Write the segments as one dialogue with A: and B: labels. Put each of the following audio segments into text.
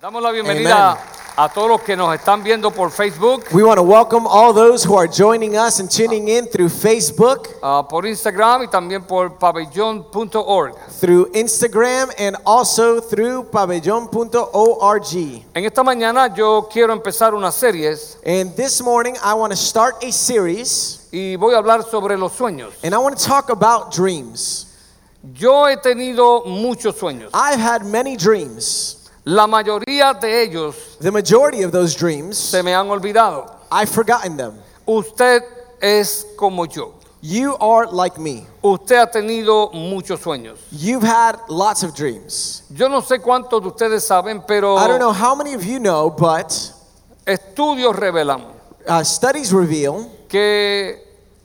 A: Damos la bienvenida
B: Amen.
A: a todos los que nos están viendo por Facebook,
B: We want to welcome all those who are joining us and tuning in through Facebook,
A: ah, por Instagram y también por pabellón.org.
B: through Instagram, and also through pabellon.org.
A: En esta mañana yo quiero empezar unas series
B: And this morning, I want to start a series,
A: y voy a hablar sobre los sueños.
B: and I want to talk about dreams.
A: Yo he tenido muchos sueños.
B: I've had many dreams.
A: La mayoría de ellos
B: The majority of those dreams,
A: se me han olvidado.
B: I've forgotten them.
A: Usted es como yo.
B: You are like me.
A: Usted ha tenido muchos sueños.
B: You've had lots of dreams.
A: Yo no sé cuántos de ustedes saben, pero
B: I don't know how many of you know, but
A: estudios revelan
B: uh, studies reveal
A: que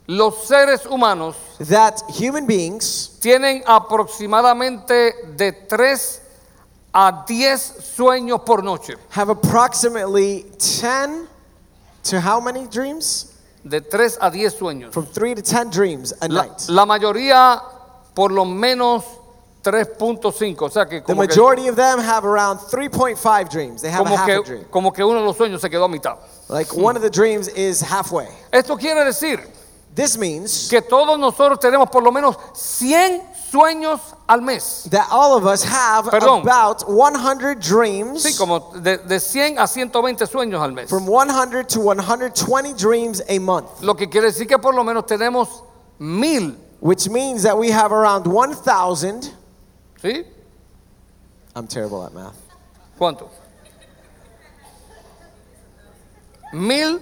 A: los seres humanos
B: that human beings
A: tienen aproximadamente de 3 a 10 sueños por noche.
B: have approximately 10 to how many dreams?
A: De 3 a 10 sueños.
B: From 3 to 10 dreams a
A: La,
B: night.
A: la mayoría por lo menos 3.5. O sea que
B: The
A: como, que,
B: majority of them have around 3.5 dreams. They have a
A: como
B: half
A: que-
B: a dream.
A: como que uno de los sueños se quedó a mitad.
B: Like one of the dreams is halfway.
A: Esto quiere decir
B: This means
A: que todos nosotros tenemos por lo menos 100 sueños al mes.
B: that all of us have
A: Perdón.
B: about 100 dreams.
A: Sí, como de, de 100 a 120 sueños al mes.
B: From 100 to 120 dreams a month,
A: Lo que quiere decir que por lo menos tenemos mil,
B: which means that we have around 1,000.
A: ¿sí?
B: I'm terrible at math.
A: ¿Cuánto? Mil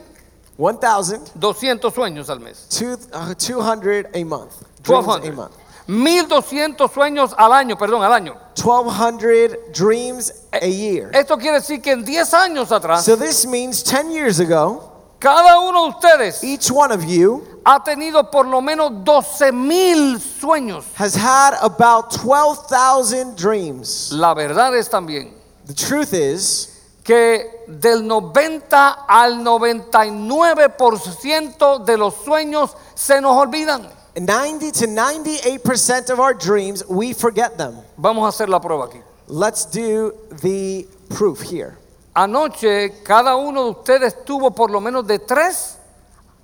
B: 1,000
A: doscientos sueños al mes.
B: to uh, 200 a month. Dreams a
A: 1200.
B: month.
A: 1200 sueños al año, perdón, al año.
B: Eh. 1,200 dreams a year.
A: Esto quiere decir que en 10 años atrás,
B: So this means 10 years ago,
A: cada uno de ustedes
B: each one of you
A: ha tenido por lo menos 12 mil sueños.
B: has had about 12,000 dreams.
A: La verdad es también
B: The truth is
A: que del 90 al 99% de los sueños se nos olvidan.
B: 90 to 98% of our dreams, we forget them.
A: Vamos a hacer la prueba aquí.
B: Let's do the proof here.
A: Anoche cada uno de ustedes tuvo por lo menos de 3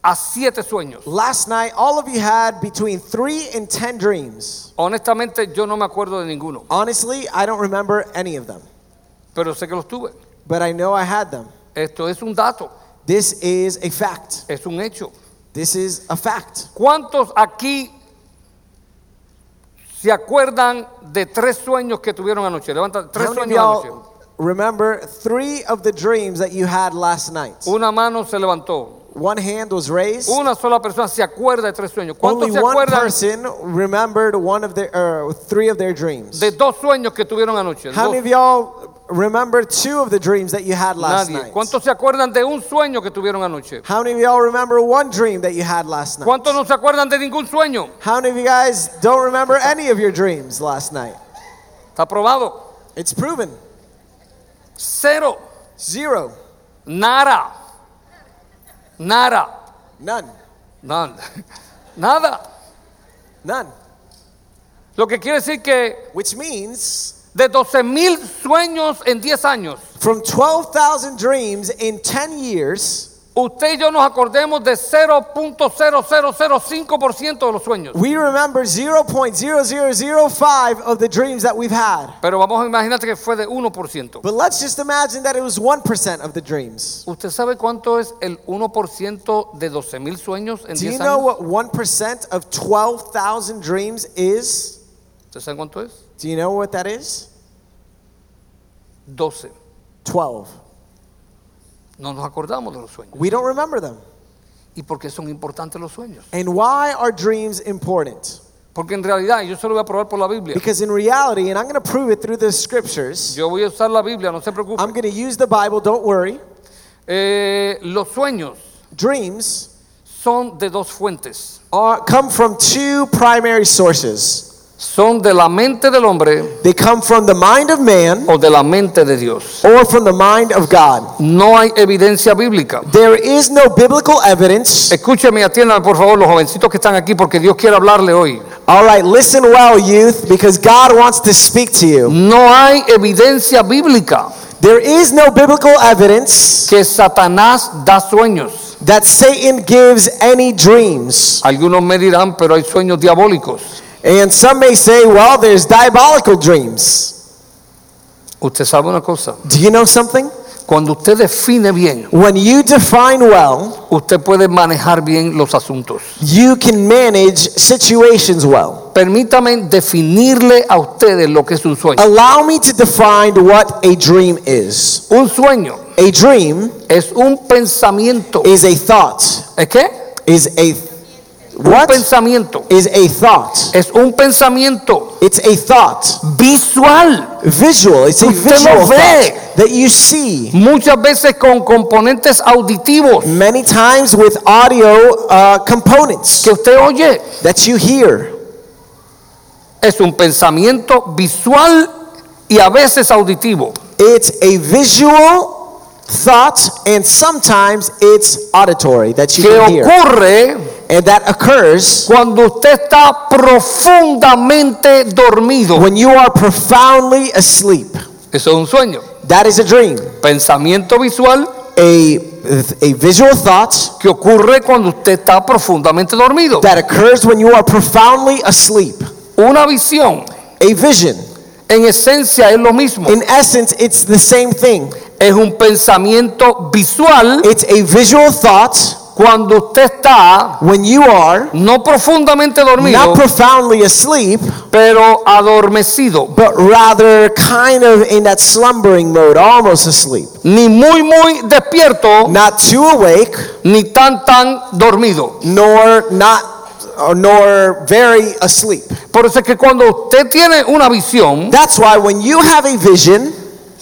A: a 7 sueños.
B: Last night, all of you had between 3 and 10 dreams.
A: Honestamente yo no me acuerdo de ninguno,
B: Honestly, I don't remember any of them,
A: pero sé que los tuve.
B: but I know I had them.
A: Esto es un dato,
B: This is a fact.
A: es un hecho.
B: This is a fact.
A: ¿Cuántos aquí se acuerdan de tres sueños que tuvieron anoche? Levanta tres
B: How many of
A: sueños anoche.
B: y'all remember three of the dreams that you had last night?
A: Una mano se levantó.
B: One hand was raised.
A: Una sola persona se acuerda de tres sueños. ¿Cuántos se
B: Only one
A: acuerdan
B: person remembered one of their, or three of their dreams.
A: de dos sueños que tuvieron anoche?
B: How
A: Dos.
B: many of y'all remember two of the dreams that you had last
A: Nadie.
B: night?
A: ¿Cuántos se acuerdan de un sueño que tuvieron anoche?
B: How many of y'all remember one dream that you had last night?
A: ¿Cuántos no se acuerdan de ningún sueño?
B: How many of you guys don't remember any of your dreams last night?
A: Está aprobado.
B: It's proven.
A: Cero.
B: Zero.
A: Nada. Nada.
B: None.
A: Nada. Nada.
B: None.
A: Lo que quiere decir que
B: Which means
A: de 12 mil sueños en 10 años,
B: from 12,000 dreams in 10 years,
A: usted y yo nos acordemos de 0.0005% de los sueños.
B: We remember 0.0005 of the dreams that we've had.
A: Pero vamos a imaginarte que fue de 1%.
B: But let's just imagine that it was 1% of the dreams.
A: ¿Usted sabe cuánto es el 1% de 12 mil sueños en
B: Do you
A: 10
B: know
A: años?
B: what 1% of 12,000 dreams is?
A: ¿Usted sabe cuánto es?
B: Do you know what that is?
A: 12.
B: 12.
A: No nos acordamos de los sueños.
B: We don't remember them.
A: ¿Y por qué son importantes los sueños?
B: And why are dreams important?
A: Porque en realidad, y yo se lo voy a probar por la Biblia.
B: Because in reality, and I'm going to prove it through the scriptures,
A: Yo voy a usar la Biblia, no se preocupe.
B: I'm going to use the Bible, don't worry.
A: Eh, los sueños
B: Dreams
A: son de dos fuentes.
B: are, come from two primary sources
A: Son de la mente del hombre
B: they come from the mind of man
A: o de la mente de Dios.
B: or from the mind of God.
A: No hay evidencia bíblica.
B: There is no biblical evidence.
A: Escúcheme y atiéndame por favor los jovencitos que están aquí porque Dios quiere hablarle hoy.
B: All right, listen well, youth, because God wants to speak to you.
A: No hay evidencia bíblica
B: There is no biblical evidence
A: que Satanás da sueños.
B: that Satan gives any dreams.
A: Algunos me dirán, pero hay sueños diabólicos.
B: And some may say, well, there's diabolical dreams.
A: Usted sabe una cosa,
B: Do you know something?
A: cuando usted define bien,
B: When you define well,
A: usted puede manejar bien los asuntos.
B: you can manage situations well.
A: Permítame definirle a ustedes lo que es un sueño.
B: Allow me to define what a dream is.
A: Un sueño
B: A dream
A: es un pensamiento.
B: is a thought.
A: ¿Es qué?
B: Is a
A: Un
B: what
A: pensamiento.
B: is a thought?
A: Es un pensamiento
B: It's a thought.
A: visual,
B: Visual. It's a
A: Usted lo
B: visual
A: ve.
B: thought that you see.
A: muchas veces con componentes auditivos
B: Many times with audio uh, components
A: que usted oye.
B: that you hear.
A: Es un pensamiento visual y a veces auditivo.
B: It's a visual thought, and sometimes it's auditory that you
A: Que
B: can hear.
A: ocurre
B: And that occurs
A: cuando usted está profundamente dormido.
B: when you are profoundly asleep.
A: Eso es un sueño.
B: That is a dream.
A: Pensamiento visual
B: A, a visual thought
A: que ocurre cuando usted está profundamente dormido.
B: that occurs when you are profoundly asleep.
A: Una visión,
B: A vision.
A: en esencia, es lo mismo.
B: In essence, it's the same thing.
A: Es un pensamiento visual
B: It's a visual thought
A: cuando usted está
B: when you are
A: no profundamente dormido,
B: not profoundly asleep,
A: pero adormecido.
B: but rather kind of in that slumbering mode, almost asleep.
A: Ni muy, muy despierto,
B: Not too awake,
A: ni tan, tan dormido.
B: nor not or nor very asleep.
A: Por eso es que cuando usted tiene una visión,
B: That's why when you have a vision,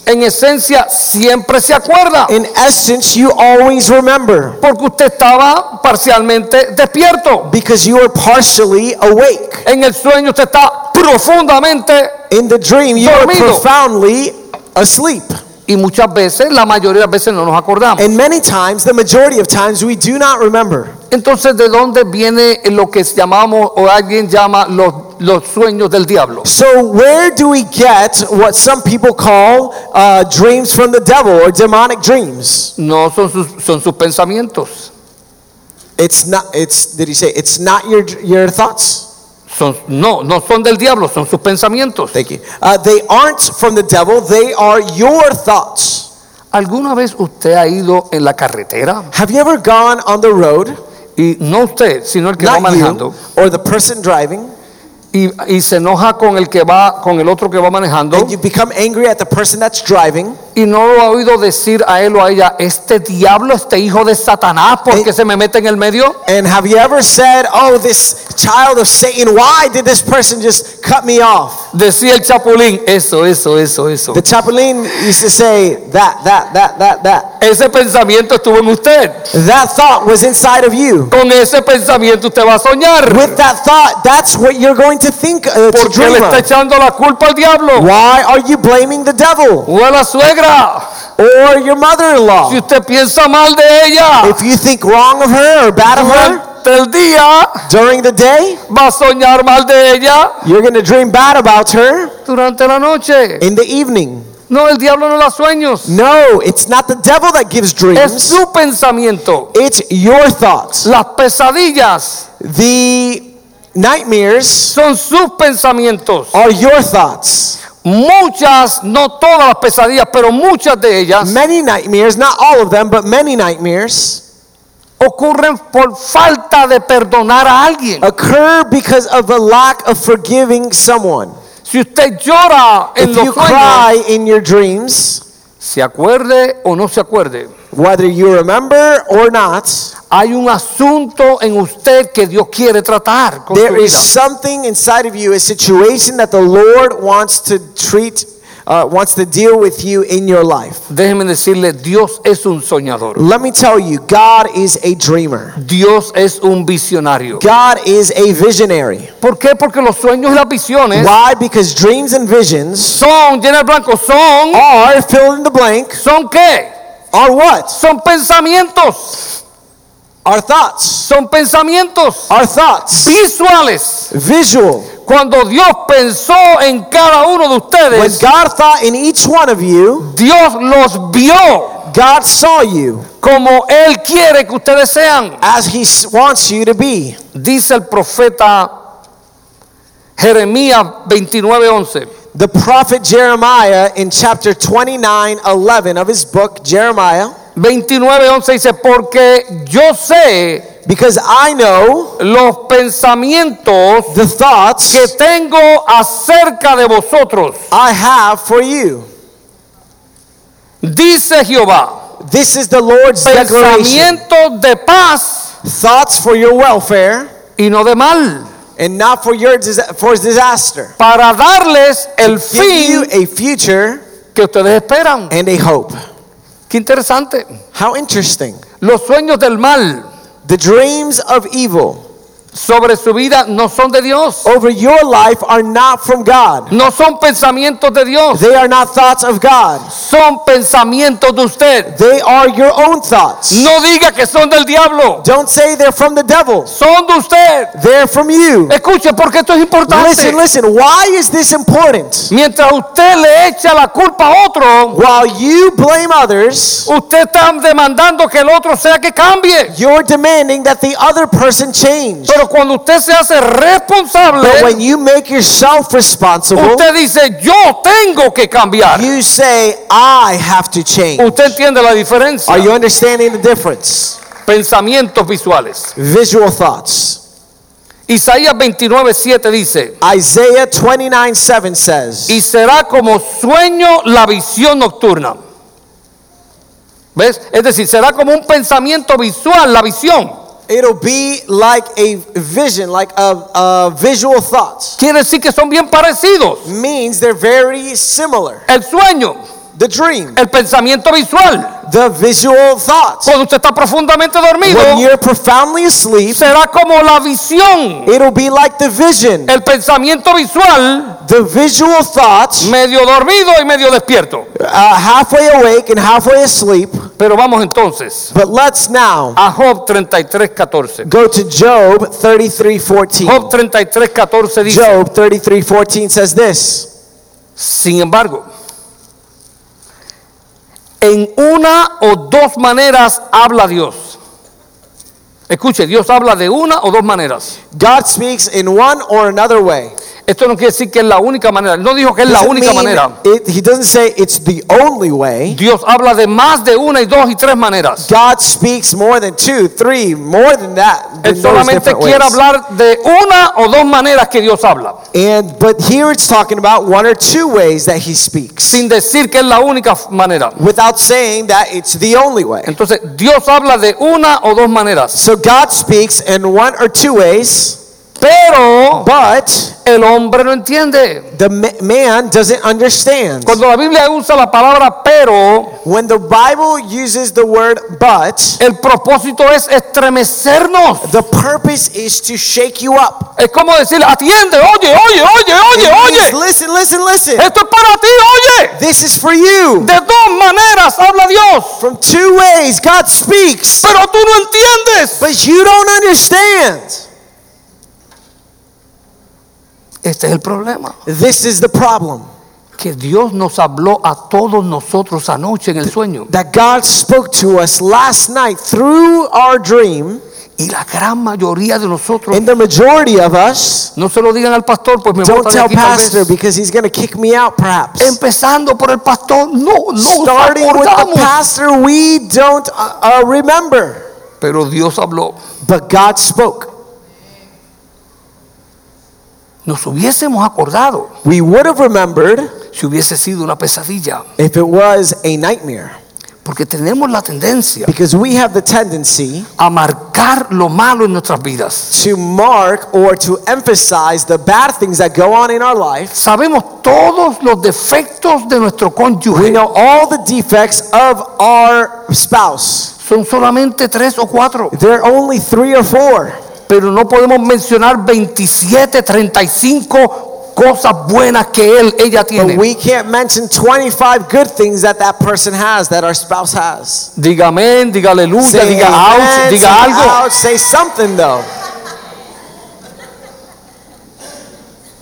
A: en esencia siempre se acuerda.
B: in essence you always remember
A: Porque usted estaba parcialmente despierto.
B: because you are partially awake.
A: En el sueño usted está profundamente
B: In the dream you are
A: Dormido.
B: profoundly asleep.
A: y muchas veces, la mayoría de las veces no nos acordamos.
B: And many times, the majority of times, we do not remember.
A: Entonces, ¿de dónde viene lo que llamamos o alguien llama los, los sueños del diablo?
B: So where do we get what some people call uh, dreams from the devil or demonic dreams?
A: No son sus, son sus pensamientos,
B: It's not. It's did he say it's not your your thoughts?
A: son, no, no son del diablo, son sus pensamientos.
B: Thank you. Uh, they aren't from the devil, they are your thoughts.
A: ¿Alguna vez usted ha ido en la carretera?
B: Have you ever gone on the road,
A: Y no usted, sino el que va
B: not you,
A: manejando.
B: or the person driving,
A: Y, y se enoja con el que va, con el otro que va manejando.
B: and you become angry at the person that's driving,
A: Y no lo ha oído decir a él o a ella, este diablo, este hijo de Satanás, ¿por qué se me mete en el medio?
B: and have you ever said, Oh, this child of Satan, why did this person just cut me off?
A: Decía el chapulín, eso, eso, eso, eso.
B: The Chapulin used to say, That, that, that, that, that.
A: Ese pensamiento estuvo en usted.
B: That thought was inside of you.
A: Con ese pensamiento usted va a soñar.
B: With that thought, that's what you're going to think, uh, to
A: Porque le
B: dream
A: está
B: of.
A: echando la culpa al diablo.
B: Why are you blaming the devil
A: O a la suegra.
B: or your mother in law?
A: Si usted piensa mal de ella
B: If you think wrong of her or bad of her
A: durante el día,
B: during the day,
A: va a soñar mal de ella
B: you're going to dream bad about her
A: durante la noche.
B: in the evening.
A: No, el diablo no da sueños.
B: No, it's not the devil that gives
A: Es
B: dreams.
A: su pensamiento.
B: It's your thoughts.
A: Las pesadillas
B: The nightmares
A: son sus pensamientos.
B: are your thoughts.
A: Muchas, no todas las pesadillas, pero muchas de ellas
B: Many nightmares, not all of them, but many nightmares
A: ocurren por falta de perdonar a alguien.
B: Uh, occur because of a lack of forgiving someone.
A: Si usted llora en
B: If you
A: los sueños,
B: cry in your dreams,
A: se acuerde o no se acuerde,
B: whether you remember or not,
A: hay un asunto en usted que Dios quiere tratar con su
B: There is
A: vida.
B: something inside of you, a situation that the Lord wants to treat, uh, wants to deal with you in your life.
A: Déjeme decirle, Dios es un soñador.
B: Let me tell you, God is a dreamer.
A: Dios es un visionario.
B: God is a visionary.
A: ¿Por qué? Porque los sueños y las visiones
B: Why? Because dreams and visions
A: son, llena el blanco, son,
B: are fill in the blank.
A: ¿son qué?
B: Are what?
A: Son pensamientos,
B: Are thoughts.
A: son pensamientos
B: Are thoughts.
A: visuales.
B: Visual.
A: Cuando Dios pensó en cada uno de
B: When
A: ustedes,
B: God thought in each one of you,
A: Dios los vio
B: God saw you
A: como Él quiere que ustedes sean.
B: as He s- wants you to be.
A: Dice el profeta Jeremías 29:11.
B: The prophet Jeremiah in chapter 29 11 of his book, Jeremiah,
A: 29:11 dice, porque yo sé
B: because I know
A: los pensamientos
B: the thoughts
A: que tengo acerca de vosotros,
B: I have for you.
A: dice Jehová,
B: This is the Lord's declaration
A: pensamientos de paz
B: thoughts for your welfare
A: y no de mal,
B: and not for your dis- for disaster.
A: para darles el
B: Give you
A: fin
B: a future
A: que ustedes esperan.
B: and a hope.
A: Qué interesante.
B: How interesting.
A: Los sueños del mal
B: The dreams of evil
A: sobre su vida no son de Dios,
B: over your life are not from God.
A: no son pensamientos de Dios,
B: They are not thoughts of God.
A: son pensamientos de usted.
B: They are your own thoughts.
A: No diga que son del diablo,
B: Don't say they're from the devil.
A: son de usted.
B: They're from you.
A: Escuche, porque esto es importante.
B: Listen, listen. Why is this important?
A: Mientras usted le echa la culpa a otro,
B: While you blame others,
A: usted está demandando que el otro sea que cambie.
B: you're demanding that the other person change.
A: Pero cuando usted se hace responsable,
B: But when you make yourself responsible,
A: usted dice, yo tengo que cambiar.
B: you say, I have to change.
A: Usted entiende la diferencia.
B: Are you understanding the difference?
A: Pensamientos visuales.
B: Visual thoughts.
A: Isaías 29, 7 dice,
B: Isaiah 29 7 says,
A: y será como sueño la visión nocturna. ¿Ves? Es decir, será como un pensamiento visual la visión.
B: It'll be like a vision, like a, a visual thoughts.
A: Quiere decir que son bien parecidos.
B: Means they're very similar.
A: El sueño,
B: The dream,
A: el pensamiento visual.
B: the visual thoughts.
A: Cuando usted está profundamente dormido,
B: When you're profoundly asleep,
A: será como la visión,
B: it'll be like the vision,
A: el pensamiento visual,
B: the visual thoughts,
A: medio dormido y medio despierto.
B: uh, halfway awake and halfway asleep.
A: Pero vamos entonces
B: But let's now
A: a Job 33, 14.
B: go to Job 33 14.
A: Job 33, 14 dice,
B: Job 33 14 says this.
A: sin embargo, en una o dos maneras habla Dios. Escuche, Dios habla de una o dos maneras.
B: God speaks in one or another way.
A: Esto no quiere decir que es la única manera. No dijo que es la
B: Doesn't
A: única
B: mean
A: manera.
B: it- he doesn't say it's the only way.
A: Dios habla de más de una y dos y tres maneras.
B: God speaks more than two, three, more than that. than
A: Él
B: those
A: solamente
B: different
A: quiere
B: ways.
A: hablar de una o dos maneras que Dios habla,
B: And but here it's talking about one or two ways that he speaks,
A: sin decir que es la única f- manera.
B: without saying that it's the only way.
A: Entonces, Dios habla de una o dos maneras,
B: So God speaks in one or two ways,
A: pero
B: but
A: el hombre no entiende.
B: the ma- man doesn't understand.
A: Cuando la Biblia usa la palabra pero,
B: When the Bible uses the word but,
A: el propósito es estremecernos.
B: the purpose is to shake you up.
A: Es como decir, atiende, oye, oye, oye, oye,
B: It means,
A: oye.
B: Listen, listen, listen.
A: Esto es para ti, oye.
B: This is for you.
A: De dos maneras habla Dios,
B: From two ways, God speaks,
A: pero tú no entiendes.
B: but you don't understand.
A: Este es el problema.
B: This is the problem
A: que Dios nos habló a todos nosotros anoche en el sueño.
B: that God spoke to us last night through our dream,
A: Y la gran mayoría de nosotros,
B: and the majority of us
A: no se lo digan al pastor, pues me
B: don't
A: voy a
B: tell
A: aquí tal vez.
B: pastor because he's going to kick me out perhaps.
A: Empezando por el pastor, no, no
B: Starting with the
A: acordamos.
B: pastor, we don't uh, uh, remember,
A: Pero Dios habló.
B: but God spoke.
A: Nos hubiésemos acordado
B: We would have remembered
A: si hubiese sido una pesadilla,
B: if it was a nightmare
A: porque tenemos la tendencia
B: because we have the tendency
A: a marcar lo malo en nuestras vidas.
B: to mark or to emphasize the bad things that go on in our life.
A: Sabemos todos los defectos de nuestro
B: We
A: cónyuge.
B: know all the defects of our spouse.
A: Son solamente tres o cuatro.
B: There are only three or four,
A: Pero no podemos mencionar 27, 35 cosas buenas que él, ella
B: but
A: tiene.
B: we can't mention 25 good things that that person has, that our spouse has.
A: Diga amén, diga aleluya,
B: Say
A: diga
B: amen,
A: ouch,
B: say
A: diga algo.
B: ouch, say something though.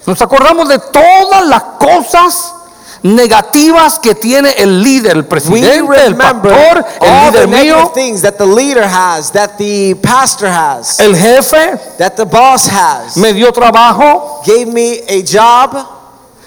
A: Nos acordamos de todas las cosas negativas que tiene el líder, el
B: We
A: presidente, el
B: remember
A: pastor,
B: all
A: el
B: the
A: líder mío,
B: negative things that the leader has, that the pastor has,
A: el jefe,
B: that the boss has.
A: Eh. me dio trabajo,
B: Gave me a job.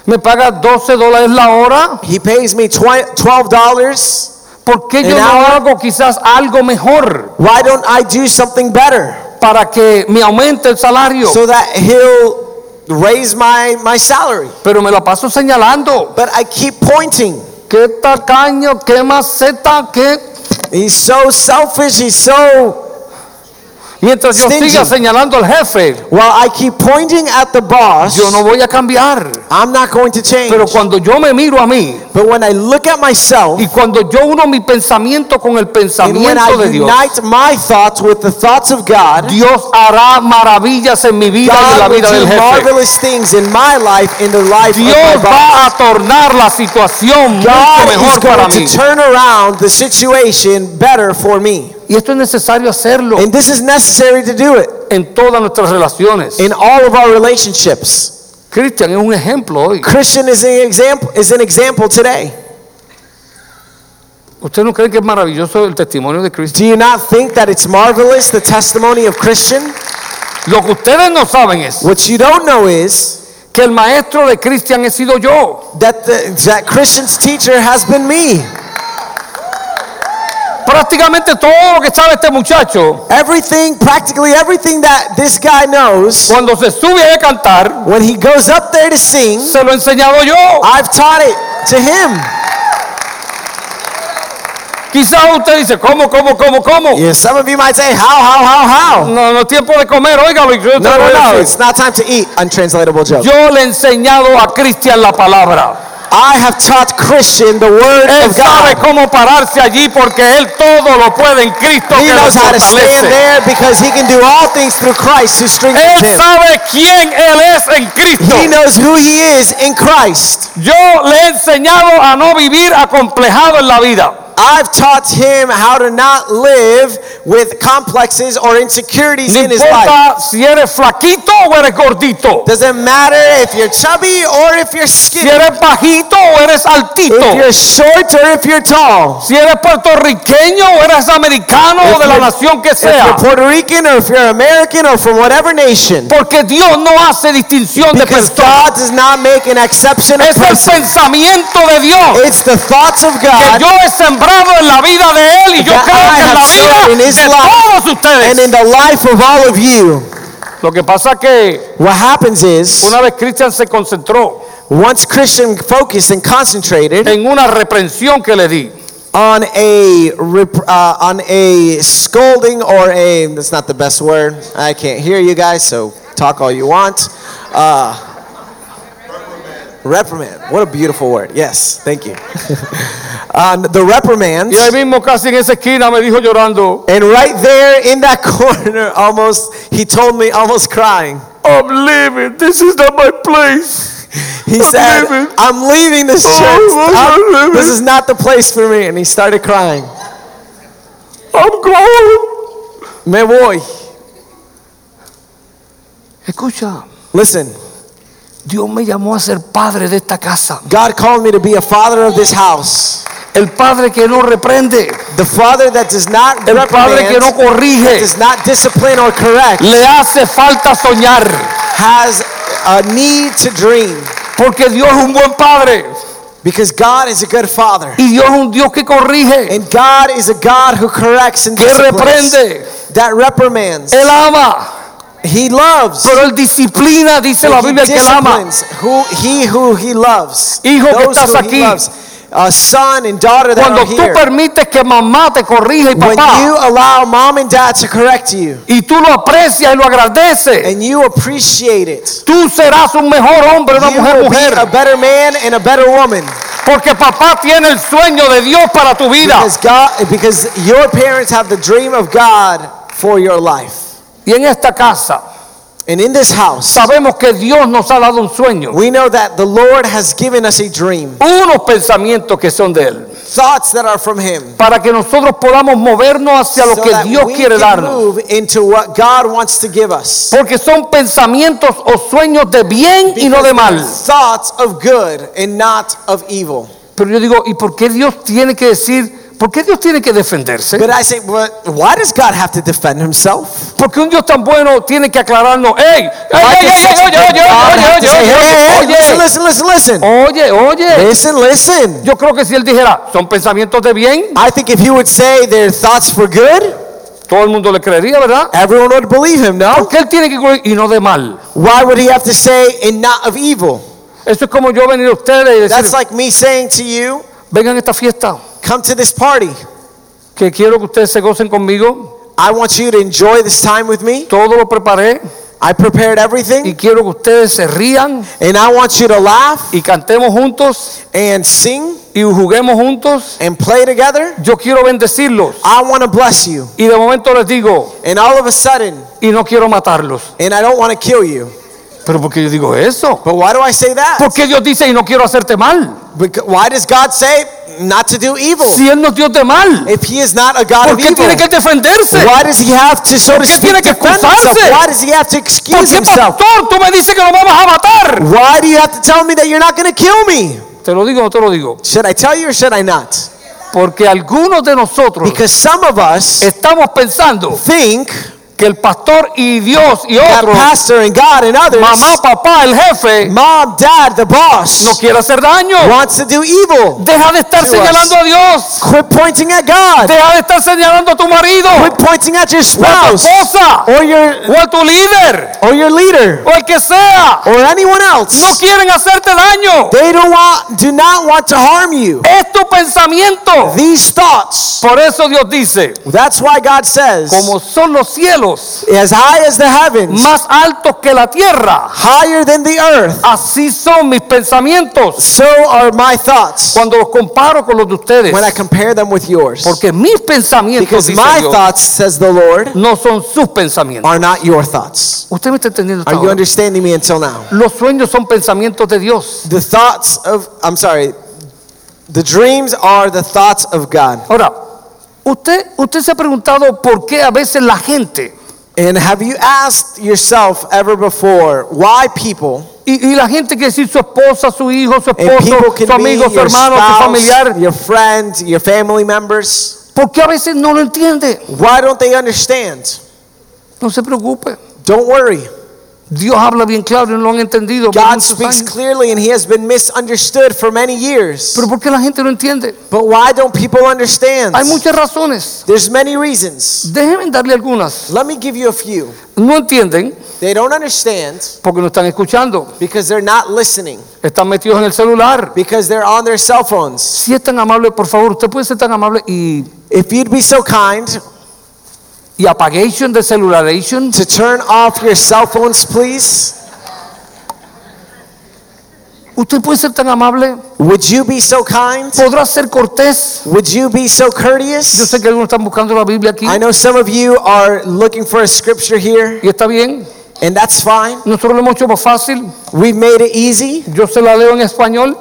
A: me paga 12 dólares la hora,
B: He pays me twi- $12.
A: ¿por qué yo
B: An
A: no
B: hour.
A: hago quizás algo mejor
B: Why don't I do something better
A: para que me aumente el salario?
B: so that he'll raise my, my salary?
A: Pero me la paso señalando,
B: But I keep pointing.
A: qué tacaño, qué maceta, qué...
B: He's so selfish. He's so.
A: Mientras yo
B: Stingy.
A: siga señalando al jefe,
B: While I keep pointing at the boss,
A: yo no voy a cambiar.
B: I'm not going to change.
A: Pero cuando yo me miro a mí,
B: But when I look at myself,
A: Y cuando yo uno mi pensamiento con el
B: and when
A: pensamiento de
B: I
A: Dios,
B: unite my thoughts with the thoughts of God,
A: Dios hará maravillas en mi vida y en la
B: God will
A: vida del
B: do
A: jefe.
B: marvelous things in my life, in the life of my
A: Dios
B: boss.
A: va a tornar la situación mucho
B: God is
A: mejor para
B: going
A: mí.
B: to turn around the situation better for me.
A: Y esto es necesario hacerlo
B: And this is necessary to do it
A: en todas nuestras relaciones.
B: in all of our relationships.
A: Cristian es un ejemplo hoy.
B: Christian is an example is an example today.
A: ¿Usted no cree que es maravilloso el testimonio de Cristian?
B: Do you not think that it's marvelous the testimony of Christian?
A: Lo que ustedes no saben es
B: What you don't know is
A: que el maestro de Cristian he sido yo.
B: that the, that Christian's teacher has been me.
A: Prácticamente todo lo que sabe este muchacho,
B: Everything, practically everything that this guy knows,
A: cuando se sube a cantar,
B: when he goes up there to sing,
A: se lo he enseñado yo.
B: I've taught it to him.
A: Quizás usted dice, ¿cómo, cómo, cómo, cómo?
B: Yeah, some of you might say, how, how, how, how?
A: No, no es tiempo de comer, oiga, yo no
B: No,
A: tengo
B: no, no,
A: nada.
B: it's not time to eat. Untranslatable joke.
A: Yo le he enseñado a Cristian la palabra.
B: I have taught Christian the word
A: Él
B: of God.
A: sabe cómo pararse allí porque él todo lo puede en Cristo
B: He
A: que lo
B: knows how to stand
A: fortalece.
B: there because he can do all things through Christ who strengthens
A: Él
B: him.
A: sabe quién él es en Cristo.
B: He knows who he is in Christ.
A: Yo le he enseñado a no vivir acomplejado en la vida.
B: I've taught him how to not live with complexes or insecurities
A: No
B: in his life.
A: importa si eres flaquito o eres gordito.
B: Doesn't matter if you're chubby or if you're
A: Si
B: skinny,
A: eres bajito o eres altito.
B: if you're short or if you're tall,
A: Si eres puertorriqueño o eres americano o
B: If
A: de la
B: you're-
A: nación que
B: if
A: sea.
B: you're Puerto Rican or if you're American or from whatever nation.
A: Porque Dios no hace distinción de
B: Because
A: personas.
B: God does not make an exception of
A: Es el
B: person.
A: pensamiento de Dios.
B: It's the thoughts of
A: Que
B: God
A: yo he sembrado en la vida de Él y yo
B: That
A: creo
B: I
A: que en
B: have sown in
A: la
B: his
A: vida de
B: life
A: todos
B: and in
A: ustedes.
B: the life of all of you.
A: Lo que pasa que
B: What happens is,
A: una vez Cristian se concentró
B: once Christian focused and concentrated
A: en una reprensión que le di.
B: on a rep- uh, on a scolding or a that's not the best word. I can't hear you guys, so talk all you want. Uh, reprimand. What a beautiful word. Yes, thank you. on the reprimand.
A: Y ahí mismo casi en esa esquina me dijo llorando,
B: And right there in that corner, almost, he told me, almost crying.
A: I'm leaving, this is not my place.
B: He said,
A: leaving.
B: I'm leaving this church.
A: I'm
B: I'm-
A: leaving."
B: this is not the place for me. And he started crying.
A: I'm going.
B: Me voy.
A: Escucha,
B: Listen,
A: Dios me llamó a ser padre de esta casa.
B: God called me to be a father of this house.
A: El padre que no reprende,
B: The father that does not
A: el padre que no
B: reprimand,
A: corrige.
B: does not discipline or correct,
A: Le hace falta soñar,
B: has a need to dream.
A: porque Dios es un buen padre
B: Because God is a good father.
A: y Dios es un Dios que corrige,
B: And God is a God who corrects and
A: que
B: disciplines.
A: reprende,
B: That reprimands.
A: Él ama,
B: He loves.
A: pero Él disciplina, dice la
B: He
A: Biblia, el que ama.
B: disciplines who he who he loves.
A: Hijo que
B: Those
A: estás
B: who he
A: aquí.
B: loves. A son and daughter that
A: Cuando
B: are
A: tú
B: here.
A: permites que mamá te corrija y
B: When you
A: papá,
B: allow mom and dad to correct you
A: y tú lo aprecias y lo agradeces,
B: and you appreciate it,
A: tú serás un mejor hombre, una
B: you
A: mujer,
B: will be a
A: mujer,
B: better man and a better woman.
A: porque papá tiene el sueño de Dios para tu vida.
B: Because God, because your parents have the dream of God for your life.
A: Y en esta casa,
B: And in this house,
A: Sabemos que Dios nos ha dado un sueño,
B: we know that the Lord has given us a dream,
A: unos pensamientos que son de Él,
B: thoughts that are from Him,
A: para que nosotros podamos movernos hacia lo
B: so
A: que
B: that
A: Dios
B: we
A: quiere
B: can
A: darnos.
B: move into what God wants to give us.
A: Porque son pensamientos o sueños de bien y no
B: Because
A: de
B: they're
A: mal.
B: Thoughts of good and not of evil.
A: Pero yo digo, ¿y por qué Dios tiene que decir, por qué Dios tiene que defenderse?
B: But I say, but why does God have to defend Himself?
A: ¿Por qué un Dios tan bueno tiene que aclararnos, ¡Ey! ¡Ey,
B: Why
A: ey,
B: does
A: ey, oye, oye,
B: God have to
A: oye,
B: say,
A: oye,
B: "Hey, hey, hey,
A: oye, oye,
B: Listen, listen, listen, listen,
A: oye, oye!
B: listen, listen.
A: Yo creo que si él dijera, son pensamientos de bien,
B: I think if He would say their thoughts for good,
A: todo el mundo le creería, ¿verdad?
B: everyone would believe Him. No,
A: ¿Por qué él tiene que incluir y no de mal?
B: why would He have to say and not of evil?
A: Eso es como yo venir a ustedes y
B: That's
A: decir,
B: like me saying to you,
A: vengan a esta fiesta,
B: come to this party.
A: que quiero que ustedes se gocen conmigo,
B: I want you to enjoy this time with me.
A: todo lo preparé
B: I prepared
A: y
B: everything,
A: quiero que ustedes se rían
B: and I want you to laugh
A: y cantemos juntos
B: and sing
A: y juguemos juntos.
B: and play together.
A: Yo quiero bendecirlos
B: I want to bless you.
A: y de momento les digo,
B: And all of a sudden,
A: y no quiero matarlos.
B: and I don't want to kill you.
A: Pero ¿por qué yo digo eso?
B: But why do I say that?
A: ¿Por qué Dios dice y no quiero hacerte mal?
B: Because why does God say not to do evil?
A: Si Él no es Dios de mal,
B: If He is not a God
A: ¿por
B: of
A: qué
B: evil,
A: tiene que defenderse?
B: why does He have to, so
A: ¿Por
B: to
A: qué
B: speak,
A: tiene que
B: defend
A: excusarse?
B: Himself? Why does He have to
A: ¿Por
B: excuse
A: qué,
B: Himself?
A: pastor, tú me dices que nos vamos a matar?
B: Why do you have to tell me that you're not going to kill me?
A: Te lo digo o no te lo digo.
B: Should I tell you or should I not?
A: Porque algunos de nosotros
B: Because some of us
A: estamos pensando
B: think
A: que el pastor y Dios y
B: that
A: otros,
B: pastor and God and others,
A: mamá, papá, el jefe,
B: mom, dad, the
A: no
B: boss,
A: quiere hacer daño.
B: wants to do evil.
A: Deja de estar
B: To us.
A: señalando a Dios.
B: Quit pointing at God.
A: Deja de estar señalando a tu marido,
B: Quit pointing at your
A: o a tu
B: spouse
A: esposa,
B: or your
A: o a tu líder,
B: or your leader.
A: o el que sea.
B: or anyone
A: No
B: else.
A: quieren hacerte daño.
B: They don't want, do not want to harm you.
A: Es tu pensamiento.
B: These thoughts.
A: Por eso Dios dice,
B: That's why God says,
A: como son los cielos
B: as high as the heavens,
A: más altos que la tierra,
B: higher than the earth,
A: así son mis pensamientos
B: so are my thoughts
A: cuando los comparo con los de ustedes.
B: when I compare them with yours.
A: Porque mis pensamientos
B: Because
A: dice
B: my
A: Dios,
B: thoughts, says the Lord,
A: no son sus pensamientos.
B: are not your thoughts.
A: ¿Usted me está entendiendo? hasta
B: Are you
A: ahora?
B: understanding me until now?
A: Los sueños son pensamientos de Dios.
B: The thoughts of, I'm sorry, the dreams are the thoughts of God.
A: Ahora, usted, usted se ha preguntado por qué a veces la gente,
B: And have you asked yourself ever before why people
A: y, y la gente quiere decir su esposa, su hijo, su
B: And
A: esposo,
B: people
A: su
B: can be
A: amigo, su
B: your
A: hermano, su familiar,
B: spouse, your friend, your family members.
A: ¿por qué a veces no lo entiende?
B: Why don't they understand?
A: No se preocupe.
B: Don't worry.
A: Dios habla bien claro y no lo han entendido. por
B: God
A: muchos
B: speaks
A: años.
B: clearly and he has been misunderstood for many years.
A: Pero ¿por qué la gente no entiende?
B: But why don't people understand?
A: Hay muchas razones.
B: There's many reasons.
A: Déjenme darle algunas.
B: Let me give you a few.
A: No entienden
B: They don't understand
A: porque no están escuchando.
B: because they're not listening,
A: Están metidos en el celular.
B: because they're on their cell phones.
A: Si es tan amable, por favor, usted puede ser tan amable y,
B: If you'd be so kind
A: y apagation de celularation.
B: to turn off your cell phones, please.
A: Usted puede ser tan amable.
B: Would you be so kind?
A: Podrá ser cortés.
B: Would you be so courteous?
A: Yo sé que algunos están buscando la Biblia aquí.
B: I know some of you are looking for a scripture here,
A: Y está bien.
B: and that's fine.
A: Nosotros lo hemos hecho más fácil.
B: We've made it easy.
A: Yo se la leo en español